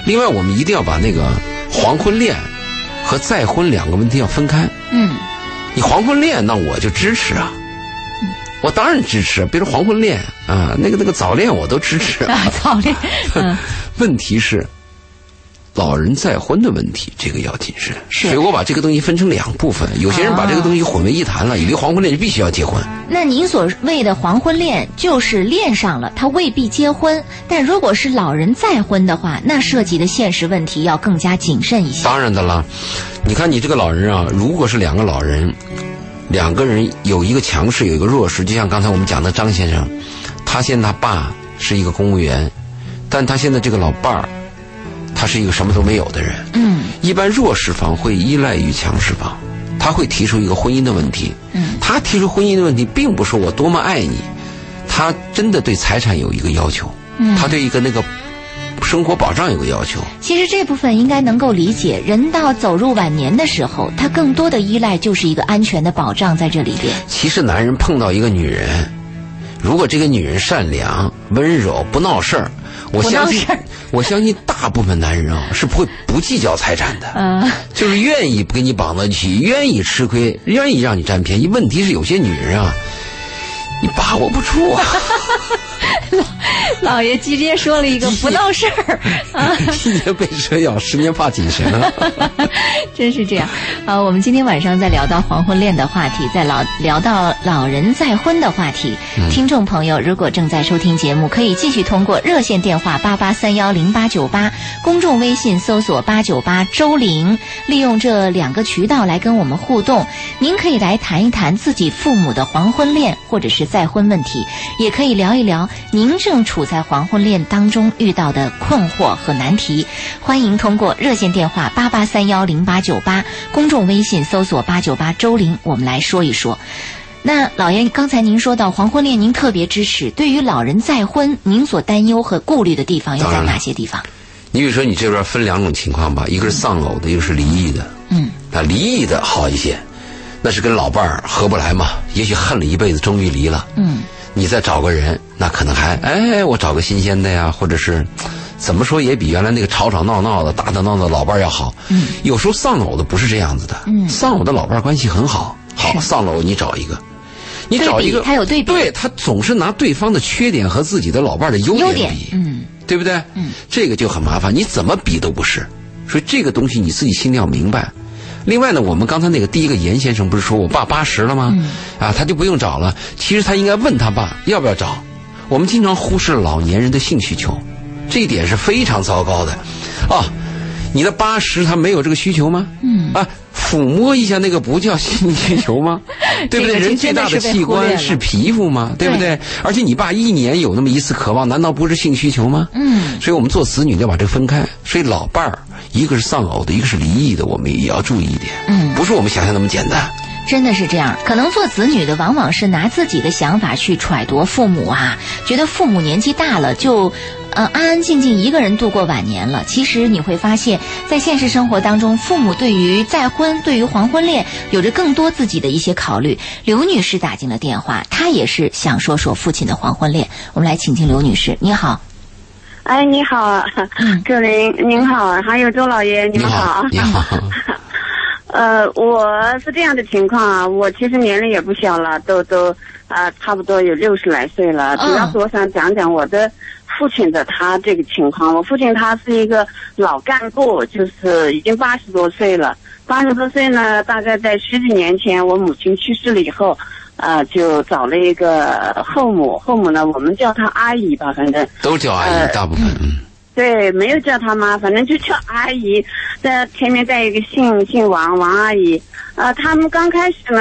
另外，我们一定要把那个黄昏恋和再婚两个问题要分开。嗯你黄昏恋，那我就支持啊，我当然支持。比如黄昏恋啊，那个那个早恋我都支持。啊，早恋， 嗯， 问题是，老人再婚的问题，这个要谨慎。是所以我把这个东西分成两部分。有些人把这个东西混为一谈啊了，以为黄昏恋就必须要结婚。那您所谓的黄昏恋，就是恋上了，他未必结婚；但如果是老人再婚的话，那涉及的现实问题要更加谨慎一些。当然的啦，你看你这个老人啊，如果是两个老人，两个人有一个强势，有一个弱势，就像刚才我们讲的张先生，他现在他爸是一个公务员，但他现在这个老伴儿，他是一个什么都没有的人。嗯一般弱势方会依赖于强势方，他会提出一个婚姻的问题。嗯，他提出婚姻的问题，并不是我多么爱你，他真的对财产有一个要求，嗯他对一个那个生活保障有个要求。其实这部分应该能够理解，人到走入晚年的时候，他更多的依赖就是一个安全的保障在这里边。其实男人碰到一个女人，如果这个女人善良、温柔、不闹事儿，我不闹相信事儿，我相信大部分男人啊是不会不计较财产的，嗯、就是愿意不跟你绑到一起，愿意吃亏，愿意让你占 便宜。问题是有些女人啊，你把握不住啊， 老爷直接说了一个不闹事儿啊，一年被蛇咬，十年怕井绳 啊。真是这样啊！我们今天晚上在聊到黄昏恋的话题，在老聊到老人再婚的话题。听众朋友，如果正在收听节目，可以继续通过热线电话八八三幺零八九八，公众微信搜索八九八周玲，利用这两个渠道来跟我们互动。您可以来谈一谈自己父母的黄昏恋或者是再婚问题，也可以聊一聊您正处在黄昏恋当中遇到的困惑和难题。欢迎通过热线电话八八三幺零八九八，公众微信搜索八九八周玲，我们来说一说。那老爷，刚才您说到黄昏恋，您特别支持。对于老人再婚，您所担忧和顾虑的地方又当在然了哪些地方？你比如说，你这边分两种情况吧，一个是丧偶的，一个是离异的。嗯，那离异的好一些，那是跟老伴儿合不来嘛，也许恨了一辈子，终于离了。嗯，你再找个人，那可能还哎，我找个新鲜的呀，或者是怎么说也比原来那个吵吵闹闹的、打打闹闹的老伴儿要好。嗯，有时候丧偶的不是这样子的，嗯，丧偶的老伴儿关系很好，好丧偶你找一个。你找一对个，比他有对比对他总是拿对方的缺点和自己的老伴儿的优优点点比，，嗯，对不对？嗯，这个就很麻烦，你怎么比都不是。所以这个东西你自己心里要明白。另外呢，我们刚才那个第一个严先生不是说我爸八十了吗？嗯啊，他就不用找了。其实他应该问他爸要不要找。我们经常忽视老年人的性需求，这一点是非常糟糕的。啊，你的八十他没有这个需求吗？嗯啊，抚摸一下那个不叫性需 求吗？对不对？这个人最真的大是的被器忽略官了是皮肤嘛，对不对对？而且你爸一年有那么一次渴望，难道不是性需求吗？嗯，所以我们做子女要把这个分开。所以老伴儿，一个是丧偶的，一个是离异的，我们也要注意一点。嗯不是我们想象那么简单。真的是这样。可能做子女的往往是拿自己的想法去揣度父母啊，觉得父母年纪大了就。呃，安安静静一个人度过晚年了。其实你会发现，在现实生活当中，父母对于再婚、对于黄昏恋，有着更多自己的一些考虑。刘女士打进了电话，她也是想说说父亲的黄昏恋。我们来请进刘女士，你好。哎，你好啊，周林，您好，还有周老爷，你你们好好，。你好， 呃，我是这样的情况啊，我其实年龄也不小了，都都啊、差不多有六十来岁了。嗯主要是我想讲讲我的父亲的他这个情况。我父亲他是一个老干部，就是已经八十多岁了。八十多岁呢，大概在十几年前，我母亲去世了以后，啊，就找了一个后母，后母呢，我们叫她阿姨吧，反正都叫阿呃姨，大部分。嗯对，没有叫她妈，反正就哎叫阿姨。呃在前面带一个姓姓王，王阿姨。啊，他们刚开始呢，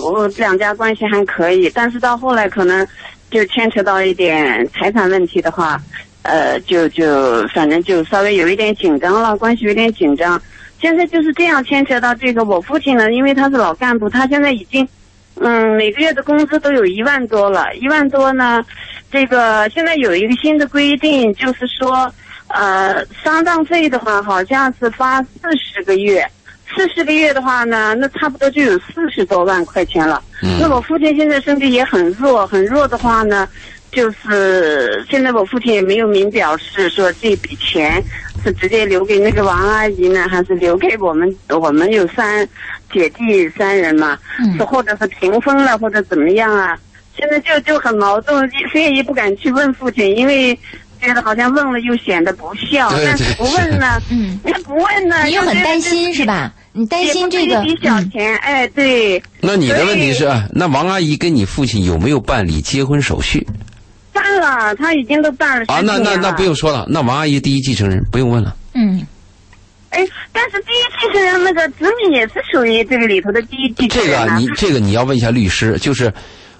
我两家关系还可以，但是到后来可能就牵扯到一点财产问题的话，呃，就就反正就稍微有一点紧张了，关系有点紧张。现在就是这样牵扯到这个，我父亲呢，因为他是老干部，他现在已经。嗯，每个月的工资都有一万多了，一万多呢，这个现在有一个新的规定，就是说，呃，丧葬费的话好像是发四十个月，四十个月的话呢，那差不多就有四十多万块钱了。嗯那我父亲现在身体也很弱，很弱的话呢，就是现在我父亲也没有明表示说这笔钱是直接留给那个王阿姨呢，还是留给我们？我们有三姐弟三人嘛，嗯是或者是平分了，或者怎么样啊？现在就就很矛盾，谁也不敢去问父亲，因为觉得好像问了又显得不孝，对但是对不问呢，嗯，不问呢，你又很担心是？吧？你担也心不这是个一笔小嗯钱，哎，对。那你的所以问题是，那王阿姨跟你父亲有没有办理结婚手续办了，他已经都办了十啊？几那年了。那那不用说了，那王阿姨第一继承人不用问了。嗯，哎，但是第一继承人那个子女也是属于这个里头的第一继 承这人、个啊啊。你这个你要问一下律师，就是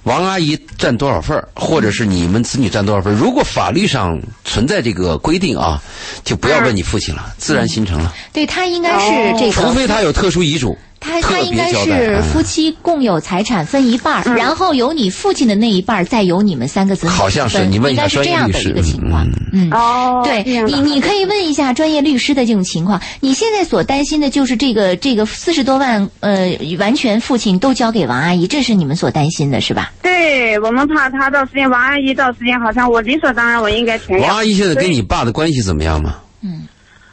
王阿姨占多少份儿，或者是你们子女占多少份儿？如果法律上存在这个规定啊，就不要问你父亲了，自然形成了。对他应该是这个，除非他有特殊遗嘱，嗯他他特应该别交代是嗯夫妻共有财产分一半儿、嗯然后有你父亲的那一半儿，再有你们三个子女好像是分你问应一该下是专这业样律的师一个情况。嗯，哦，对这样的你你可以问一下专业律师的这种情况。你现在所担心的就是这个这个四十多万，呃，完全父亲都交给王阿姨，这是你们所担心的是吧？对我们怕他到时间，王阿姨到时间好像我理所当然我应该全要。王阿姨现在跟你嗯爸的关系怎么样嘛？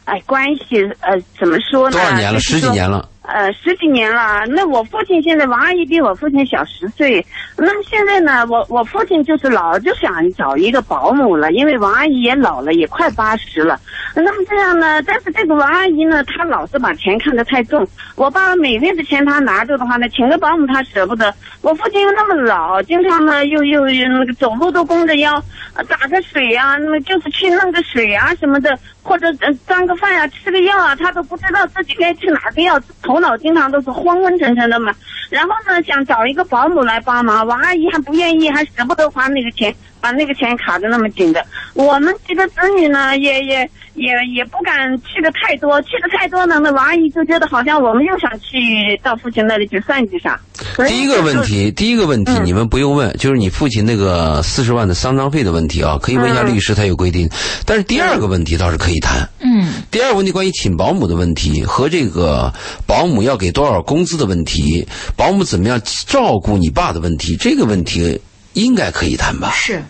哎，关系呃怎么说呢？多少年了？就是十说几年了。呃十几年了。那我父亲现在王阿姨比我父亲小十岁，那现在呢，我我父亲就是老就想找一个保姆了，因为王阿姨也老了，也快八十了。那么这样呢，但是这个王阿姨呢，她老是把钱看得太重。我爸每月的钱她拿着的话呢，请个保姆她舍不得。我父亲又那么老，经常呢又又又那个走路都弓着腰，呃打个水呀、啊，那么就是去弄个水啊什么的，或者呃端个饭啊，吃个药啊，他都不知道自己该吃哪个药，头脑经常都是昏昏沉沉的嘛。然后呢，想找一个保姆来帮忙，王阿姨还不愿意，还舍不得花那个钱，把那个钱卡得那么紧的。我们几个子女呢，也也也也不敢去的太多，去的太多呢，那王阿姨就觉得好像我们又想去到父亲那里去算计啥。所以第一个问题，第一个问题，嗯你们不用问，就是你父亲那个四十万的丧葬费的问题啊，可以问一下律师，他有规定。但是第二个问题倒是可以谈。嗯第二个问题关于请保姆的问题和这个保姆要给多少工资的问题，保姆怎么样照顾你爸的问题，这个问题应该可以谈吧？是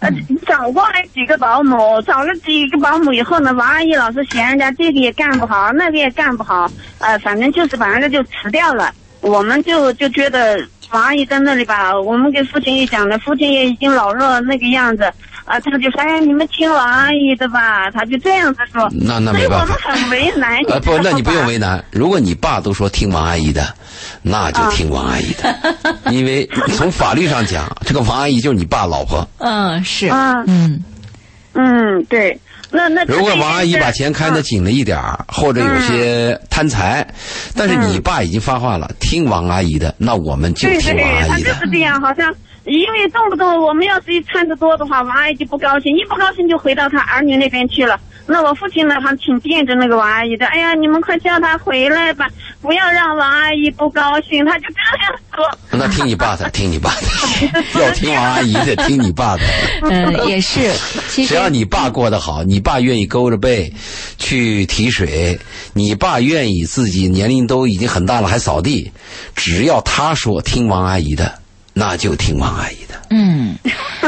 呃，嗯找过来几个保姆，找了几个保姆以后呢，王阿姨老是嫌人家这个也干不好，那个也干不好，呃，反正就是把人家就辞掉了。我们就就觉得王阿姨在那里吧，我们给父亲一讲呢，父亲也已经老弱那个样子，啊、他就说哎，你们听王阿姨的吧，他就这样子说。那那所以没我办们法。很为难。呃，不，那你不用为难。难。如果你爸都说听王阿姨的，那就听王阿姨 的，因为从法律上讲，这个王阿姨就是你爸老婆。嗯是嗯嗯嗯，对，那那如果王阿姨把钱开得的紧了一点儿，嗯或者有些贪财，但是你爸已经发话了，听王阿姨的，那我们就对听对王，阿他姨就的。是这样，好像因为动不动我们要是一掺的多的话，王阿姨就不高兴，一不高兴就回到他儿女那边去了。那我父亲呢，还挺惦着那个王阿姨的。哎呀，你们快叫她回来吧，不要让王阿姨不高兴。他就这样说。那听你爸的，听你爸 的，要听王阿姨的，听你爸的。嗯也是，其只实要你爸过得好，你爸愿意勾着背去提水，你爸愿意自己年龄都已经很大了还扫地，只要他说听王阿姨的，那就听王阿姨的。嗯，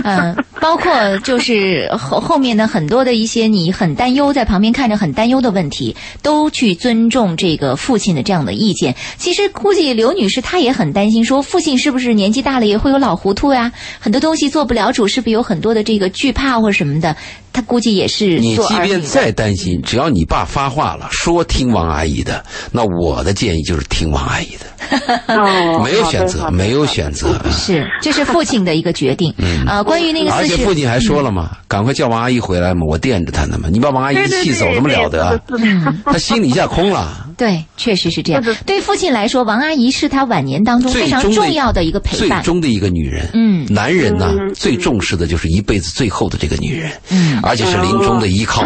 嗯，包括就是后后面的很多的一些你很担忧，在旁边看着很担忧的问题，都去尊重这个父亲的这样的意见。其实估计刘女士她也很担心，说父亲是不是年纪大了也会有老糊涂呀、很多东西做不了主，是不是有很多的这个惧怕或什么的？她估计也是你做即儿女便的。再担心，只要你爸发话了，说听王阿姨的，那我的建议就是听王阿姨的，哦没有选择，没有选择。啊嗯是，这是父亲的一个决定。啊，关于那个而四且十，父亲还说了嘛，赶快叫王阿姨回来嘛，我惦着她呢嘛，你把王阿姨嗯对对气对，走怎么了得啊？对？是的是 的她心里一下空了。对，确实是这样是的。对父亲来说，王阿姨是他晚年当中最非常终重要的一个陪伴最。终的一个女人，嗯男人呢、最重视的就是一辈子最后的这个女人，嗯而且是临终的依靠，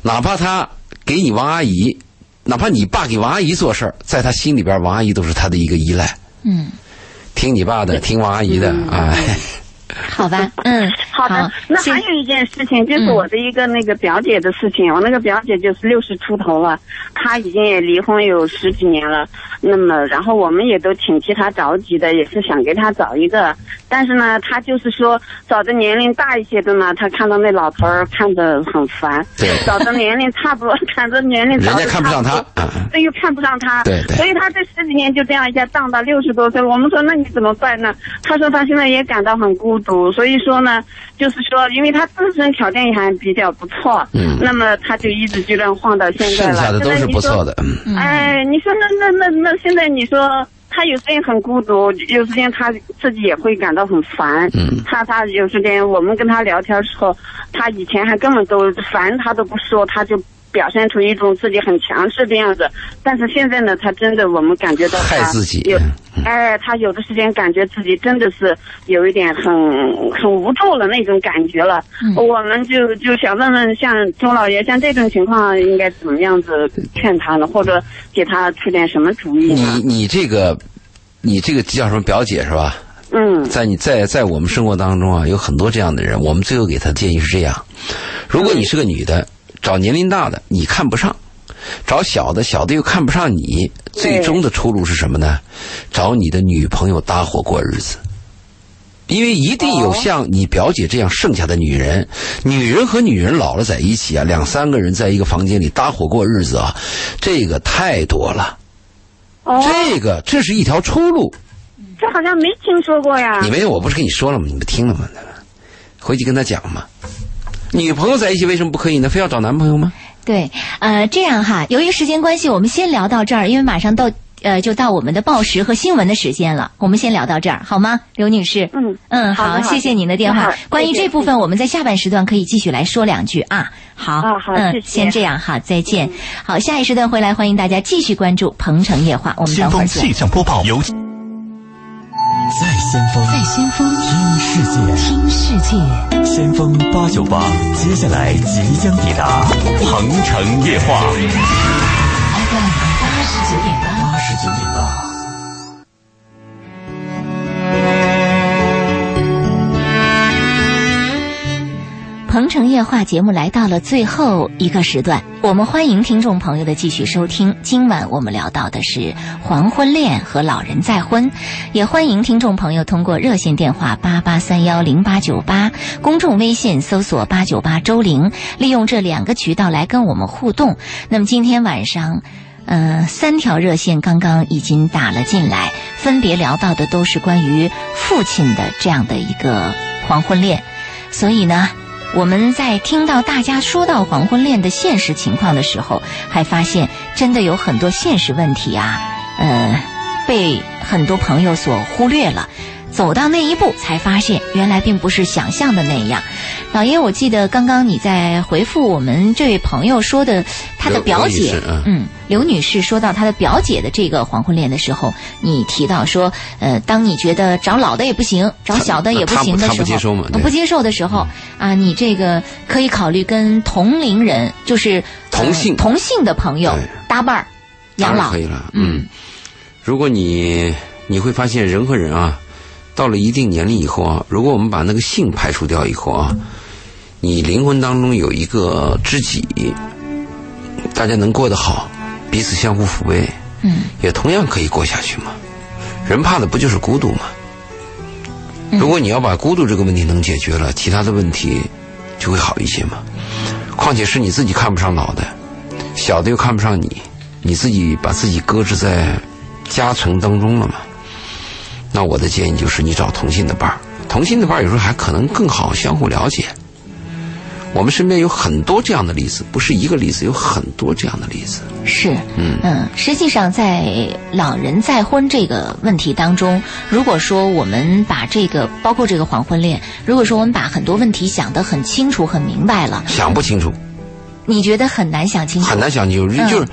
哪怕他给你王阿姨，哪怕你爸给王阿姨做事儿，在他心里边，王阿姨都是他的一个依赖，嗯。听你爸的，听王阿姨的，哎，好 吧，嗯，好的，那还有一件事情，嗯就是我的一个那个表姐的事情。我那个表姐就是六十出头了，她已经也离婚有十几年了。那么，然后我们也都挺替她着急的，也是想给她找一个。但是呢，她就是说找的年龄大一些的呢，她看到那老头儿看着很烦；对，找的年龄差不多， 看着年龄人找家的看不上他，啊所以又看不上他，对对所以他这十几年就这样一下荡到六十多岁了。我们说那你怎么办呢？他说他现在也感到很孤独，所以说呢，就是说，因为他自身条件也还比较不错，嗯那么他就一直就这样晃到现在剩了。下的都是不错的，嗯。现在你说。哎，你说那那那那现在你说。他有时间很孤独，有时间他自己也会感到很烦。嗯他他有时间我们跟他聊天的时候，他以前还根本都烦他都不说，他就表现出一种自己很强势的样子。但是现在呢，他真的我们感觉到他害自己有嗯，哎，他有的时间感觉自己真的是有一点很很无助了那种感觉了。嗯我们就就想问问，像周老爷像这种情况应该怎么样子劝他呢，或者给他出点什么主意你呢？你这个，你这个叫什么表姐是吧？嗯在你在在我们生活当中啊，有很多这样的人。我们最后给他的建议是这样：如果你是个女的，找年龄大的你看不上，找小的小的又看不上你，最终的出路是什么呢？找你的女朋友搭伙过日子。因为一定有像你表姐这样剩下的女人，女人和女人老了在一起啊，两三个人在一个房间里搭伙过日子啊，这个太多了。哦，这个这是一条出路。这好像没听说过呀。你没有，我不是跟你说了吗？你不听了吗？回去跟他讲嘛。女朋友在一起为什么不可以呢？非要找男朋友吗？对，呃，这样哈，由于时间关系，我们先聊到这儿，因为马上到呃就到我们的报时和新闻的时间了，我们先聊到这儿好吗，刘女士？嗯嗯，好好，的好的谢谢您的电好话谢谢。关于这部分，我们在下半时段可以继续来说两句啊。好，啊好嗯，谢谢嗯先这样哈，再见。好，下一时段回来，欢迎大家继续关注《鹏城夜话》，我们先等会锋儿见气。象播报由。在先锋，在先锋听世界，听世界，先锋八九八，接下来即将抵达鹏城夜话。 FM 八十九点八，八十九点八，鹏城夜话节目来到了最后一个时段，我们欢迎听众朋友的继续收听。今晚我们聊到的是黄昏恋和老人再婚，也欢迎听众朋友通过热线电话八八三幺零八九八，公众微信搜索八九八周玲，利用这两个渠道来跟我们互动。那么今天晚上。呃，三条热线刚刚已经打了进来，分别聊到的都是关于父亲的这样的一个黄昏恋，所以呢，我们在听到大家说到黄昏恋的现实情况的时候，还发现真的有很多现实问题啊，呃，被很多朋友所忽略了。走到那一步，才发现原来并不是想象的那样。老爷，我记得刚刚你在回复我们这位朋友说的，他的刘表刘女姐士，嗯嗯，刘女士说到她的表姐的这个黄昏恋的时候，你提到说，呃，当你觉得找老的也不行，找小的也不行的时候，她不她不接受嘛对呃不接受的时候啊，你这个可以考虑跟同龄人，就是呃同性同性的朋友对搭伴儿当养然老可，以了。嗯，如果你你会发现人和人啊，到了一定年龄以后啊，如果我们把那个性排除掉以后啊，你灵魂当中有一个知己，大家能过得好，彼此相互抚慰，嗯，也同样可以过下去嘛。人怕的不就是孤独吗？嗯如果你要把孤独这个问题能解决了，其他的问题就会好一些嘛。况且是你自己看不上老的，小的又看不上你，你自己把自己搁置在夹层当中了嘛。那我的建议就是，你找同性的伴儿，同性的伴儿有时候还可能更好相互了解。我们身边有很多这样的例子，不是一个例子，有很多这样的例子。是，嗯实际上在老人再婚这个问题当中，如果说我们把这个包括这个黄昏恋，如果说我们把很多问题想得很清楚、很明白了，想不清楚，你觉得很难想清楚，很难想清楚。嗯就是，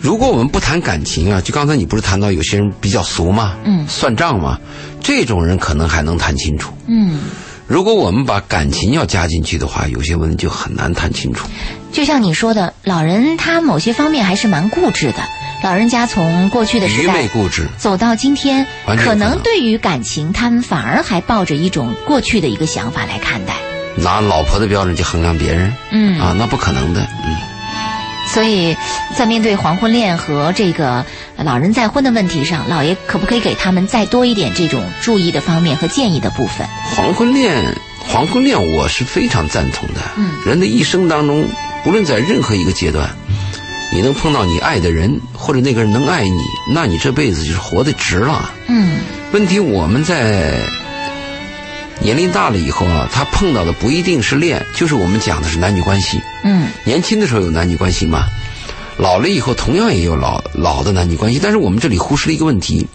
如果我们不谈感情啊，就刚才你不是谈到有些人比较俗嘛，嗯算账嘛，这种人可能还能谈清楚。嗯。如果我们把感情要加进去的话，有些问题就很难谈清楚。就像你说的，老人他某些方面还是蛮固执的。老人家从过去的时愚昧代固执，走到今天，完全有可可能能对于感情，他们反而还抱着一种过去的一个想法来看待。拿老婆的标准去衡量别人、嗯，啊，那不可能的。嗯，所以在面对黄昏恋和这个老人再婚的问题上，老爷可不可以给他们再多一点这种注意的方面和建议的部分？黄昏恋，黄昏恋我是非常赞同的。嗯，人的一生当中，无论在任何一个阶段，你能碰到你爱的人，或者那个人能爱你，那你这辈子就是活得值了。嗯问题我们在年龄大了以后啊，他碰到的不一定是恋，就是我们讲的是男女关系。嗯年轻的时候有男女关系嘛，老了以后同样也有老老的男女关系，但是我们这里忽视了一个问题，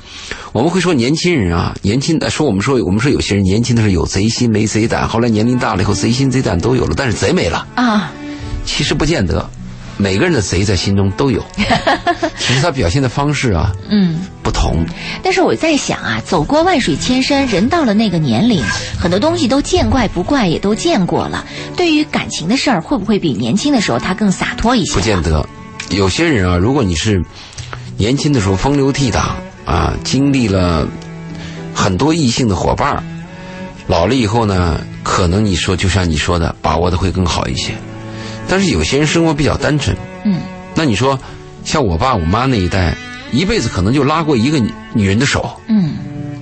我们会说年轻人啊，年轻的说我们说我们说有些人年轻的时候有贼心没贼胆，后来年龄大了以后贼心贼胆都有了，但是贼没了，啊，其实不见得，每个人的贼在心中都有，只是他表现的方式啊嗯。不同。但是我在想啊，走过万水千山，人到了那个年龄，很多东西都见怪不怪，也都见过了。对于感情的事儿，会不会比年轻的时候他更洒脱一些？不见得。有些人啊，如果你是年轻的时候风流倜傥啊，经历了很多异性的伙伴儿，老了以后呢，可能你说就像你说的，把握的会更好一些。但是有些人生活比较单纯，嗯，那你说像我爸我妈那一代，一辈子可能就拉过一个女女人的手，嗯，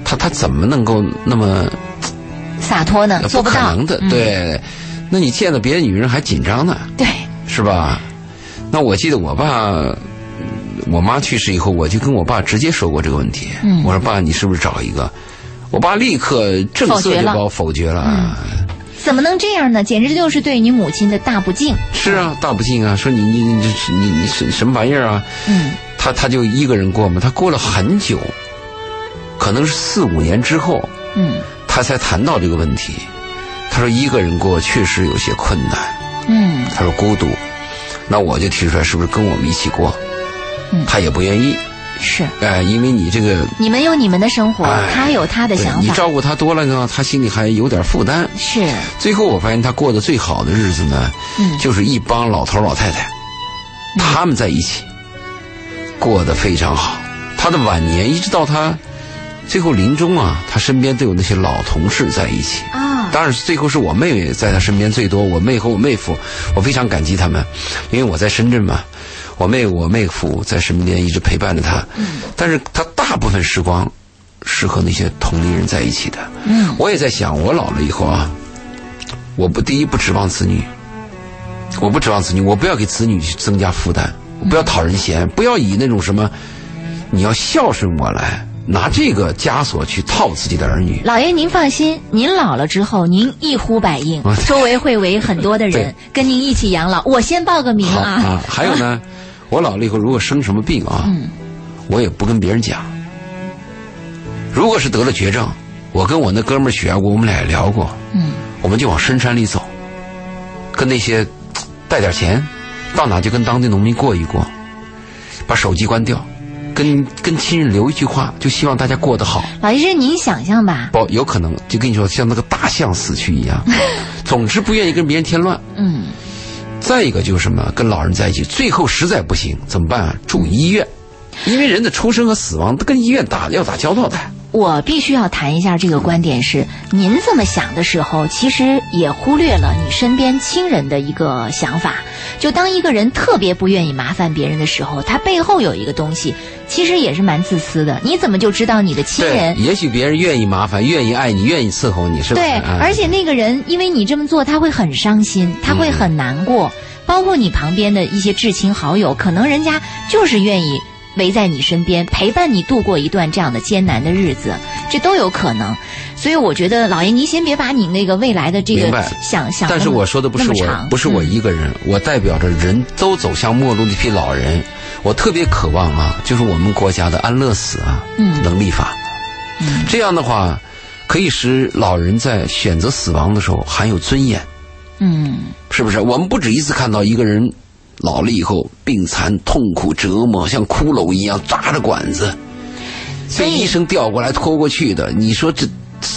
他他怎么能够那么呃洒脱呢，做可到。能的？嗯对，那你见到别的女人还紧张呢？对，是吧？那我记得我爸嗯我妈去世以后，我就跟我爸直接说过这个问题。嗯我说爸，你是不是找一个？我爸立刻正否色决就了嗯把我否决了。怎么能这样呢？简直就是对你母亲的大不敬。是啊，大不敬啊！说你你你你你你什什么玩意儿啊？嗯他他就一个人过嘛，他过了很久，可能是四五年之后，嗯他才谈到这个问题。他说一个人过确实有些困难，嗯他说孤独。那我就提出来，是不是跟我们一起过？嗯他也不愿意，是。哎、因为你这个你们有你们的生活，哎他有他的对想你法。照顾他多了呢，他心里还有点负担。是，最后我发现他过得最好的日子呢，嗯就是一帮老头老太太，他们在一起，过得非常好。他的晚年一直到他最后临终啊，他身边都有那些老同事在一起。啊，当然，最后是我妹妹在他身边最多，我妹和我妹夫，我非常感激他们，因为我在深圳嘛，我妹我妹夫在身边一直陪伴着他，嗯但是他大部分时光是和那些同龄人在一起的。嗯我也在想，我老了以后啊，我不第一不指望子女，我不指望子女，我不要给子女去增加负担，我不要讨人嗯嫌，不要以那种什么你要孝顺我来拿这个枷锁去套自己的儿女。老爷您放心，您老了之后，您一呼百应我，周围会围很多的人 对跟您一起养老。我先报个名好啊，啊，还有呢，我老了以后如果生什么病啊，我也不跟别人讲。如果是得了绝症，我跟我那哥们儿许亚国，我们俩也聊过，嗯，我们就往深山里走，跟那些带点钱，到哪就跟当地农民过一过，把手机关掉，跟跟亲人留一句话，就希望大家过得好。老爷这是您想象吧？不，有可能就跟你说，像那个大象死去一样，总之不愿意跟别人添乱。嗯，再一个就是什么，跟老人在一起，最后实在不行怎么办啊？住医院，因为人的出生和死亡都跟医院打要打交道的。我必须要谈一下这个观点是，您这么想的时候，其实也忽略了你身边亲人的一个想法。就当一个人特别不愿意麻烦别人的时候，他背后有一个东西，其实也是蛮自私的。你怎么就知道你的亲对人，？也许别人愿意麻烦，愿意爱你，愿意伺候你，是吧？对，啊而且那个人因为你这么做，他会很伤心，他会很难过。嗯包括你旁边的一些至亲好友，可能人家就是愿意围在你身边，陪伴你度过一段这样的艰难的日子，这都有可能。所以我觉得，老爷，您先别把你那个未来的这个明白想想那么，但是我说的不是那么我长，不是我嗯一个人，我代表着人都走向末路的一批老人，我特别渴望啊，就是我们国家的安乐死啊，嗯能立法，这样的话，可以使老人在选择死亡的时候含有尊严，嗯是不是？我们不止一次看到一个人老了以后病残、痛苦、折磨，像骷髅一样扎着管子，所被以医生调过来拖过去的，你说这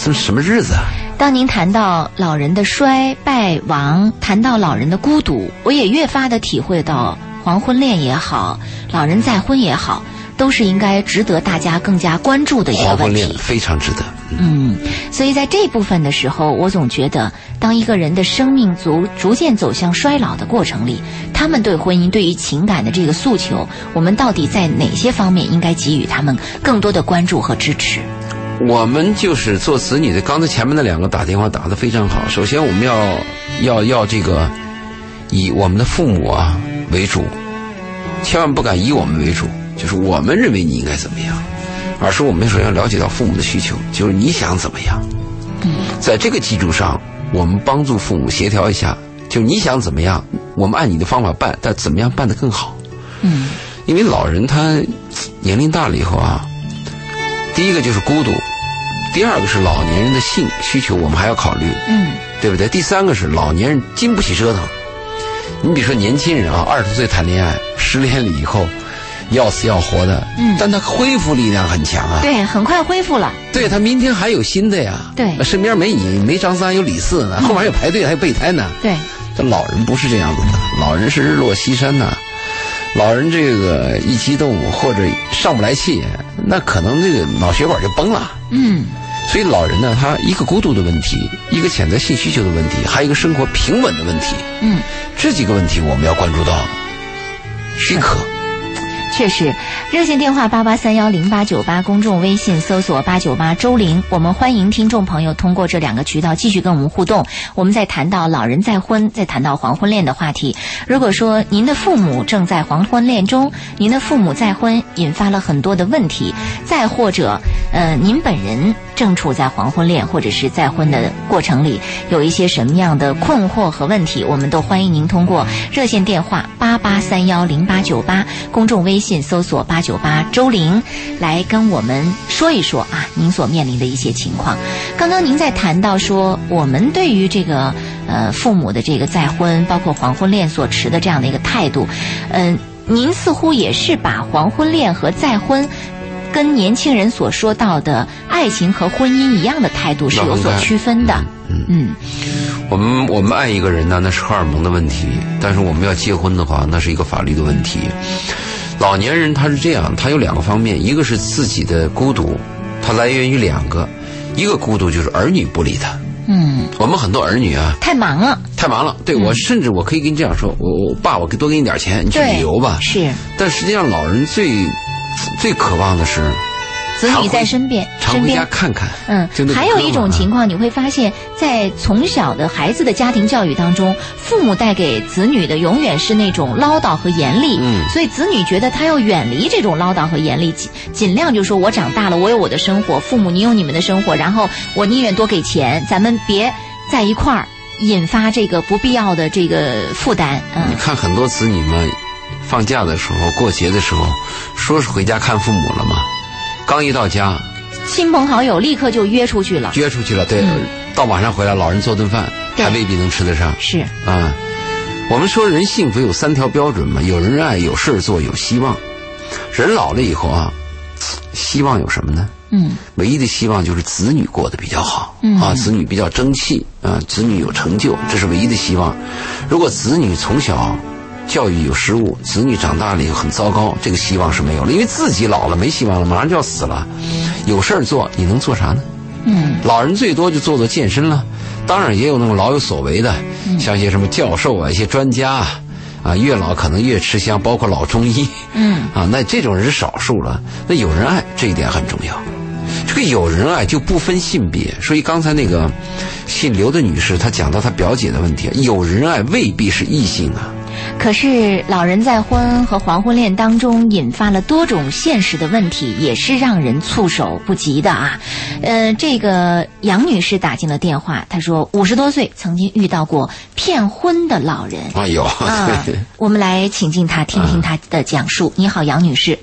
这什么日子啊？当您谈到老人的衰败亡，谈到老人的孤独，我也越发的体会到，黄昏恋也好，老人再婚也好，都是应该值得大家更加关注的一个黄问昏恋题。非常值得。嗯，所以在这部分的时候，我总觉得，当一个人的生命逐逐渐走向衰老的过程里，他们对婚姻、对于情感的这个诉求，我们到底在哪些方面应该给予他们更多的关注和支持？我们就是做子女的，刚才前面那两个打电话打得非常好。首先，我们要要要这个以我们的父母啊为主，千万不敢以我们为主，就是我们认为你应该怎么样，而是我们首先要了解到父母的需求，就是你想怎么样。在这个基础上，我们帮助父母协调一下，就是你想怎么样，我们按你的方法办，但怎么样办得更好？嗯因为老人他年龄大了以后啊，第一个就是孤独，第二个是老年人的性需求，我们还要考虑，嗯对不对？第三个是老年人经不起折腾。你比如说年轻人啊，二十岁谈恋爱，失恋了以后，要死要活的，嗯但他恢复力量很强啊。对，很快恢复了。对他明天还有新的呀。对嗯身边没你，没张三，有李四呢，后面还有排队，还有备胎呢。对，这老人不是这样子的，老人是日落西山呐、老人这个一激动或者上不来气，那可能这个脑血管就崩了。嗯。所以老人呢，他一个孤独的问题，一个潜在性需求的问题，还有一个生活平稳的问题，嗯，这几个问题我们要关注到。许可，确实，热线电话八八三幺零八九八，公众微信搜索八九八周玲，我们欢迎听众朋友通过这两个渠道继续跟我们互动。我们在谈到老人再婚，在谈到黄昏恋的话题。如果说您的父母正在黄昏恋中，您的父母再婚引发了很多的问题，再或者呃，您本人正处在黄昏恋或者是再婚的过程里，有一些什么样的困惑和问题，我们都欢迎您通过热线电话八八三幺零八九八，公众微信搜索八九八周玲，来跟我们说一说啊，您所面临的一些情况。刚刚您在谈到说，我们对于这个呃父母的这个再婚，包括黄昏恋所持的这样的一个态度，嗯、您似乎也是把黄昏恋和再婚。跟年轻人所说到的爱情和婚姻一样的态度是有所区分的，嗯，我们我们爱一个人呢，那是荷尔蒙的问题；但是我们要结婚的话，那是一个法律的问题。老年人他是这样，他有两个方面，一个是自己的孤独，它来源于两个，一个孤独就是儿女不理他。嗯，我们很多儿女啊，太忙了，太忙了，嗯对我甚至我可以跟你这样说，我我爸，我多给你点钱，你去对旅游吧。是但实际上，老人最最渴望的是子常女回在身边，常身回家边。看看。嗯就，那个还有一种情哥们儿啊，况，你会发现在从小的孩子的家庭教育当中，父母带给子女的永远是那种唠叨和严厉，嗯所以子女觉得他要远离这种唠叨和严厉，尽尽量就说我长大了，我有我的生活，父母你有你们的生活，然后我宁愿多给钱，咱们别在一块儿引发这个不必要的这个负担，你嗯，看很多子女们放假的时候、过节的时候，说是回家看父母了嘛，刚一到家亲朋好友立刻就约出去了，约出去了，对，嗯到晚上回来，老人做顿饭对还未必能吃得上是，啊。我们说人幸福有三条标准嘛，有人爱，有事儿做，有希望。人老了以后啊，希望有什么呢？嗯唯一的希望就是子女过得比较好，嗯啊，子女比较争气，啊，子女有成就，这是唯一的希望。如果子女从小教育有失误，子女长大了以后很糟糕，这个希望是没有了，因为自己老了没希望了，马上就要死了，有事儿做，你能做啥呢？嗯，老人最多就做做健身了，当然也有那种老有所为的，嗯像一些什么教授啊、一些专家啊，啊，越老可能越吃香，包括老中医，嗯，啊，那这种人是少数了。那有人爱这一点很重要，这个有人爱就不分性别。所以刚才那个姓刘的女士，她讲到她表姐的问题，有人爱未必是异性啊。可是，老人再婚和黄昏恋当中引发了多种现实的问题，也是让人措手不及的啊。呃，这个杨女士打进了电话，她说五十多岁曾经遇到过骗婚的老人啊，有，啊对。我们来请进她，听听她的讲述。你好，杨女士。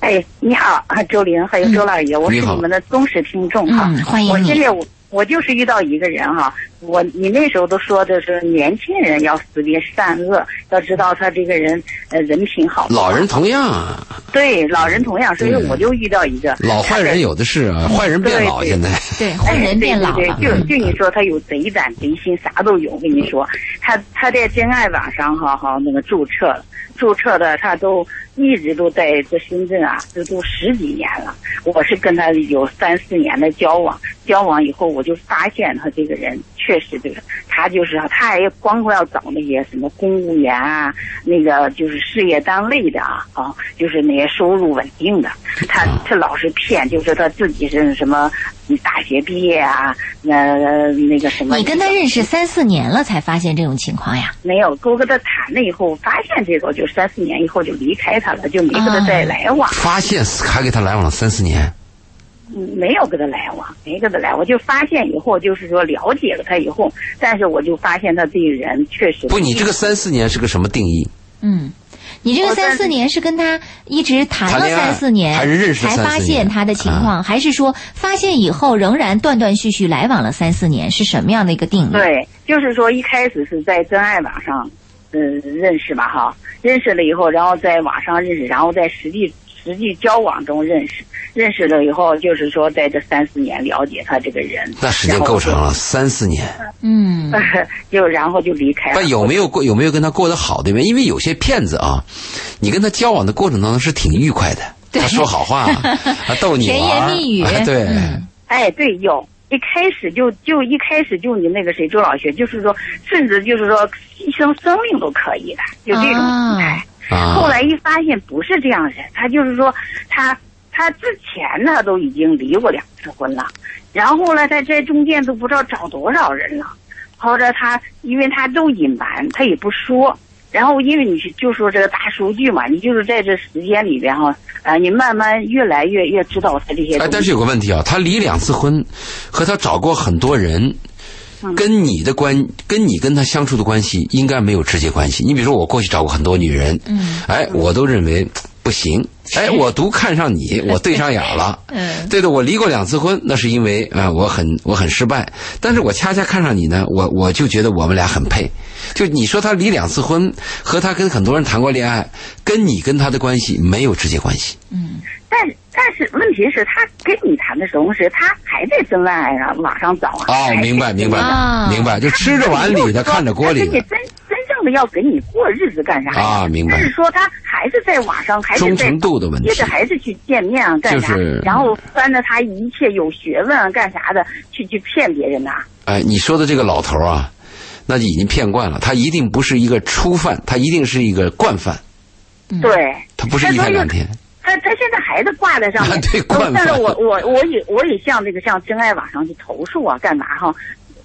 哎，你好啊，周玲，还有周老爷，我嗯你是好你们的忠实听众哈、嗯欢迎我你现在我我就是遇到一个人哈、我你那时候都说的是年轻人要识别善恶，要知道他这个人呃人品好不 好。老人同样啊，对老人同样，所以对我就遇到一个嗯老坏人有的是啊，坏人变老对对现在。嗯对，坏哎人变老对对了。对嗯就就你说他有贼胆贼心，啥都有。我跟你说，他他在真爱网上哈哈那个注册了，注册的他都一直都在这深圳啊，这都十几年了。我是跟他有三四年的交往，交往以后我就发现他这个人确实这个，他就是啊他也光顾要找那些什么公务员啊，那个就是事业单位的啊啊，就是那些收入稳定的，他他老是骗，就说他自己是什么嗯大学毕业啊，呃那个什么。你跟他认识三四年了，才发现这种情况呀？没有，我跟他谈了以后，发现这个就三四年以后就离开他了，就没跟他再来往，发现还给他来往了三四年，嗯没有跟他来往，没跟他来往。就发现以后，就是说了解了他以后，但是我就发现他这个人确实不，你这个三四年是个什么定义？嗯，你这个哦但三是四年是跟他一直谈谈了恋爱三四年，还是认识才三四发年啊现他的情况，还是说发现以后仍然断断续续来往了三四年，是什么样的一个嗯定义？，对，就是说一开始是在真爱网上，嗯，认识吧哈，认识了以后，然后在网上认识，然后在实际实际交往中认识，认识了以后，就是说在这三四年了解他这个人，那时间然够后就长了，三四年。嗯，就 然后就离开了但。哎有没有过有没有跟他过得好的？因为有些骗子啊，你跟他交往的过程当中是挺愉快的，他说好话， 啊逗你甜玩言儿蜜语啊对，嗯哎，对，有。一开始就就一开始就你那个谁周老学，就是说，甚至就是说牺牲生命都可以的，就这种心态。啊啊后来一发现不是这样的人，他就是说他他之前他都已经离过两次婚了，然后呢，在这中间都不知道找多少人了。后来他因为他都隐瞒，他也不说。然后因为你是就说这个大数据嘛，你就是在这时间里边哈，啊，你慢慢越来越越知道他这些东西。哎，但是有个问题啊，他离两次婚，和他找过很多人，嗯跟你的关，跟你跟他相处的关系应该没有直接关系。你比如说，我过去找过很多女人，嗯，哎，我都认为不行，哎，我独看上你，我对上眼了，嗯对的，我离过两次婚，那是因为啊、呃我很我很失败，但是我恰恰看上你呢，我我就觉得我们俩很配。就你说他离两次婚，和他跟很多人谈过恋爱，跟你跟他的关系没有直接关系。嗯但但是问题是，他跟你谈的同时，他还在真爱啊网上找啊。哦，明白明白啊明白，就吃着碗哎里的看着锅里他跟你的真真正的要跟你过日子干啥呀？啊，明白但。是说他还是在网上，还是忠在诚度的问题接着还是去见面啊，干啥？就是然后翻着他一切有学问啊，干啥的，去去骗别人呐、哎，你说的这个老头啊，那就已经骗惯了，他一定不是一个初犯，他一定是一个惯犯，嗯对，他不是一天两天。他他现在还在挂在上面。对惯但是犯我我我也我也向那个向真爱网上去投诉啊，干嘛哈？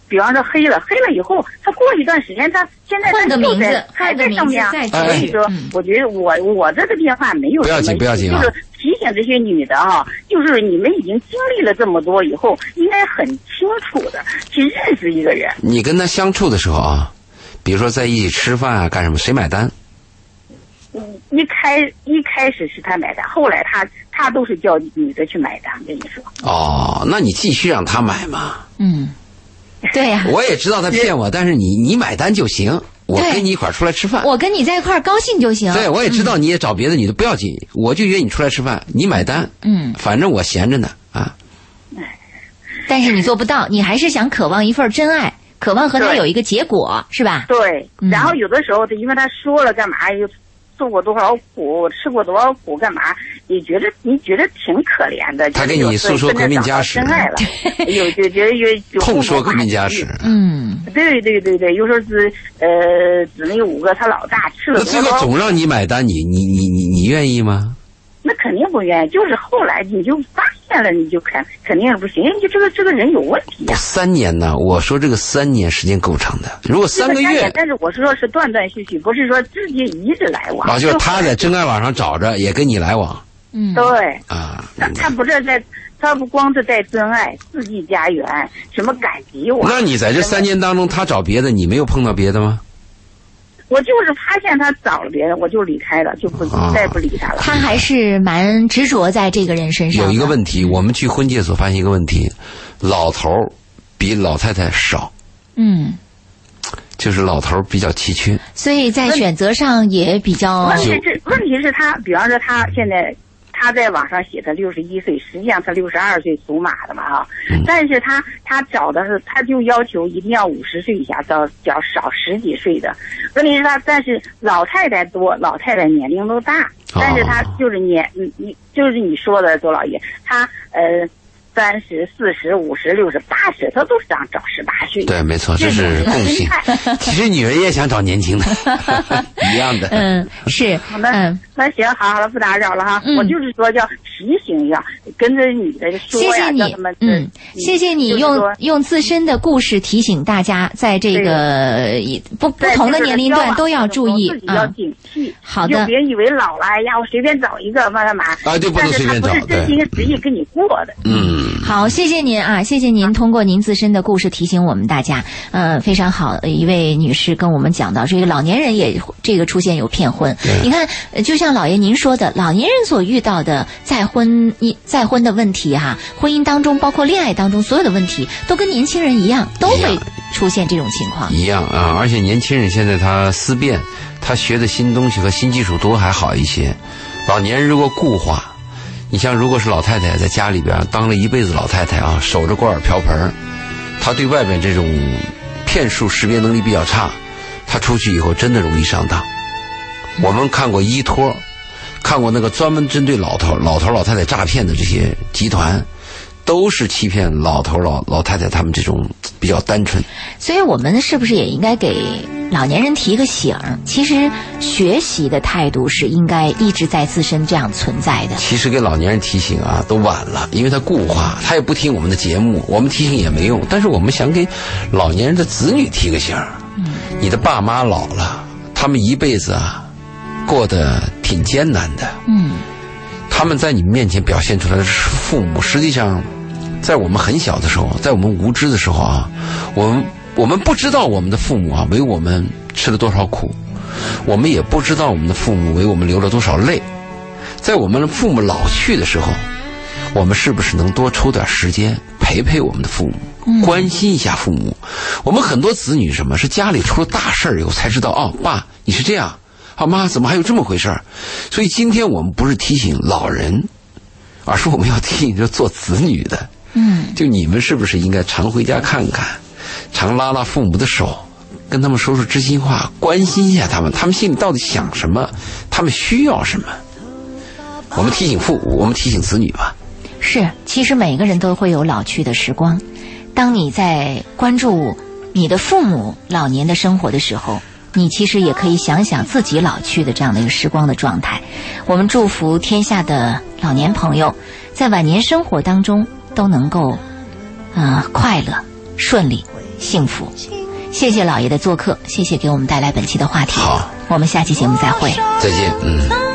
比方说黑了，黑了以后，他过一段时间，他现在换个他就名字在他还换个在名上字面啊，再所去以说嗯，我觉得我我这个电话没有不要什紧么不要紧啊就是提醒这些女的啊，就是你们已经经历了这么多以后，应该很清楚的去认识一个人。你跟他相处的时候啊，比如说在一起吃饭啊，干什么，谁买单？嗯一开一开始是他买单，后来他他都是叫女的去买单，跟你说。哦，那你继续让他买嘛。嗯，对哎呀、我也知道他骗我，但是你你买单就行，我对跟你一块儿出来吃饭。我跟你在一块儿高兴就行。对，我也嗯知道你也找别的女的，不要紧，我就约你出来吃饭，你买单，嗯，反正我闲着呢啊。但是你做不到，你还是想渴望一份真爱，渴望和他对有一个结果，是吧？对，嗯然后有的时候他因为他说了干嘛，又受过多少苦，吃过多少苦，干嘛？你觉得你觉得挺可怜的。他就给是你有时候诉说真的革命找家到史 真爱了，有就觉得有有痛说不革满命家意史。嗯，对对对对，有时候是呃姊妹五个，他老大吃了那多最少后总让你买单，你你你你你愿意吗？那肯定不愿意。就是后来你就发现了，你就肯肯定是不行，就这个这个人有问题不，呀、三年呢，我说这个三年时间够长的。如果三个这家里月但是我是说是断断续续，不是说直接一直来往。啊，就是他在真爱网上找着，也跟你来往嗯，对。啊。他他不是在，他不光是在真爱、自己家园、什么感激我，那你在这三年当中，他找别的，你没有碰到别的吗？我就是发现他找了别人，我就离开了，就不、啊再不理他了。他还是蛮执着在这个人身上的。嗯有一个问题，我们去婚介所发现一个问题，老头儿比老太太少，嗯，就是老头儿比较奇缺。所以在选择上也比较问题是，问题是他，比方说他现在他在网上写他六十一岁，实际上他六十二岁属马的嘛哈、但是他他找的是，他就要求一定要五十岁以下，到要少十几岁的。问题是他，但是老太太多，老太太年龄都大，但是他哦就是年，你你就是你说的周老爷，他呃三十四十五十六十八十，他都想找十八岁的。对，没错，这是共 性。其实女人也想找年轻的，一样的。 嗯是好的嗯，那行，好了，不打扰了哈。嗯我就是说要提醒一下，跟着女的说谢呀，谢让你他们，嗯，谢谢你就是用说用自身的故事提醒大家，在这个一不不同的年龄段都要注意自己要啊。警惕。好就的，别以为老了，哎呀，我随便找一个嘛干嘛。啊就不能随便找但是他不是真心实意跟你过的。嗯，好，谢谢您啊，谢谢您通过您自身的故事提醒我们大家，嗯、非常好。呃一位女士跟我们讲到，这个老年人也这个出现有骗婚。你看，呃就像老爷您说的，老年人所遇到的再婚一再婚的问题哈、婚姻当中包括恋爱当中所有的问题，都跟年轻人一样，都一样会出现这种情况。一样啊。而且年轻人现在他思辨，他学的新东西和新技术多还好一些。老年人如果固化，你像如果是老太太在家里边当了一辈子老太太啊，守着锅碗瓢盆儿，她对外面这种骗术识别能力比较差，她出去以后真的容易上当。我们看过依托，看过那个专门针对老头、老头、老太太诈骗的这些集团，都是欺骗老头、老老太太他们这种比较单纯。所以我们是不是也应该给老年人提一个醒儿。其实学习的态度是应该一直在自身这样存在的。其实给老年人提醒啊，都晚了，因为他固化，他也不听我们的节目，我们提醒也没用。但是我们想给老年人的子女提个醒儿，你的爸妈老了，他们一辈子啊，过得挺艰难的。嗯，他们在你们面前表现出来的是父母，实际上，在我们很小的时候，在我们无知的时候啊，我们我们不知道我们的父母啊为我们吃了多少苦，我们也不知道我们的父母为我们流了多少泪，在我们父母老去的时候，我们是不是能多抽点时间陪陪我们的父母？关心一下父母，我们很多子女什么是家里出了大事儿以后才知道哦，爸你是这样，啊妈怎么还有这么回事儿？所以今天我们不是提醒老人，而是我们要提醒这做子女的，嗯，就你们是不是应该常回家看看，常拉拉父母的手，跟他们说说知心话，关心一下他们，他们心里到底想什么，他们需要什么？我们提醒父母，我们提醒子女吧。是，其实每个人都会有老去的时光。当你在关注你的父母老年的生活的时候，你其实也可以想想自己老去的这样的一个时光的状态。我们祝福天下的老年朋友，在晚年生活当中都能够，呃，快乐、顺利、幸福。谢谢老爷的做客，谢谢给我们带来本期的话题。好，我们下期节目再会。再见，嗯。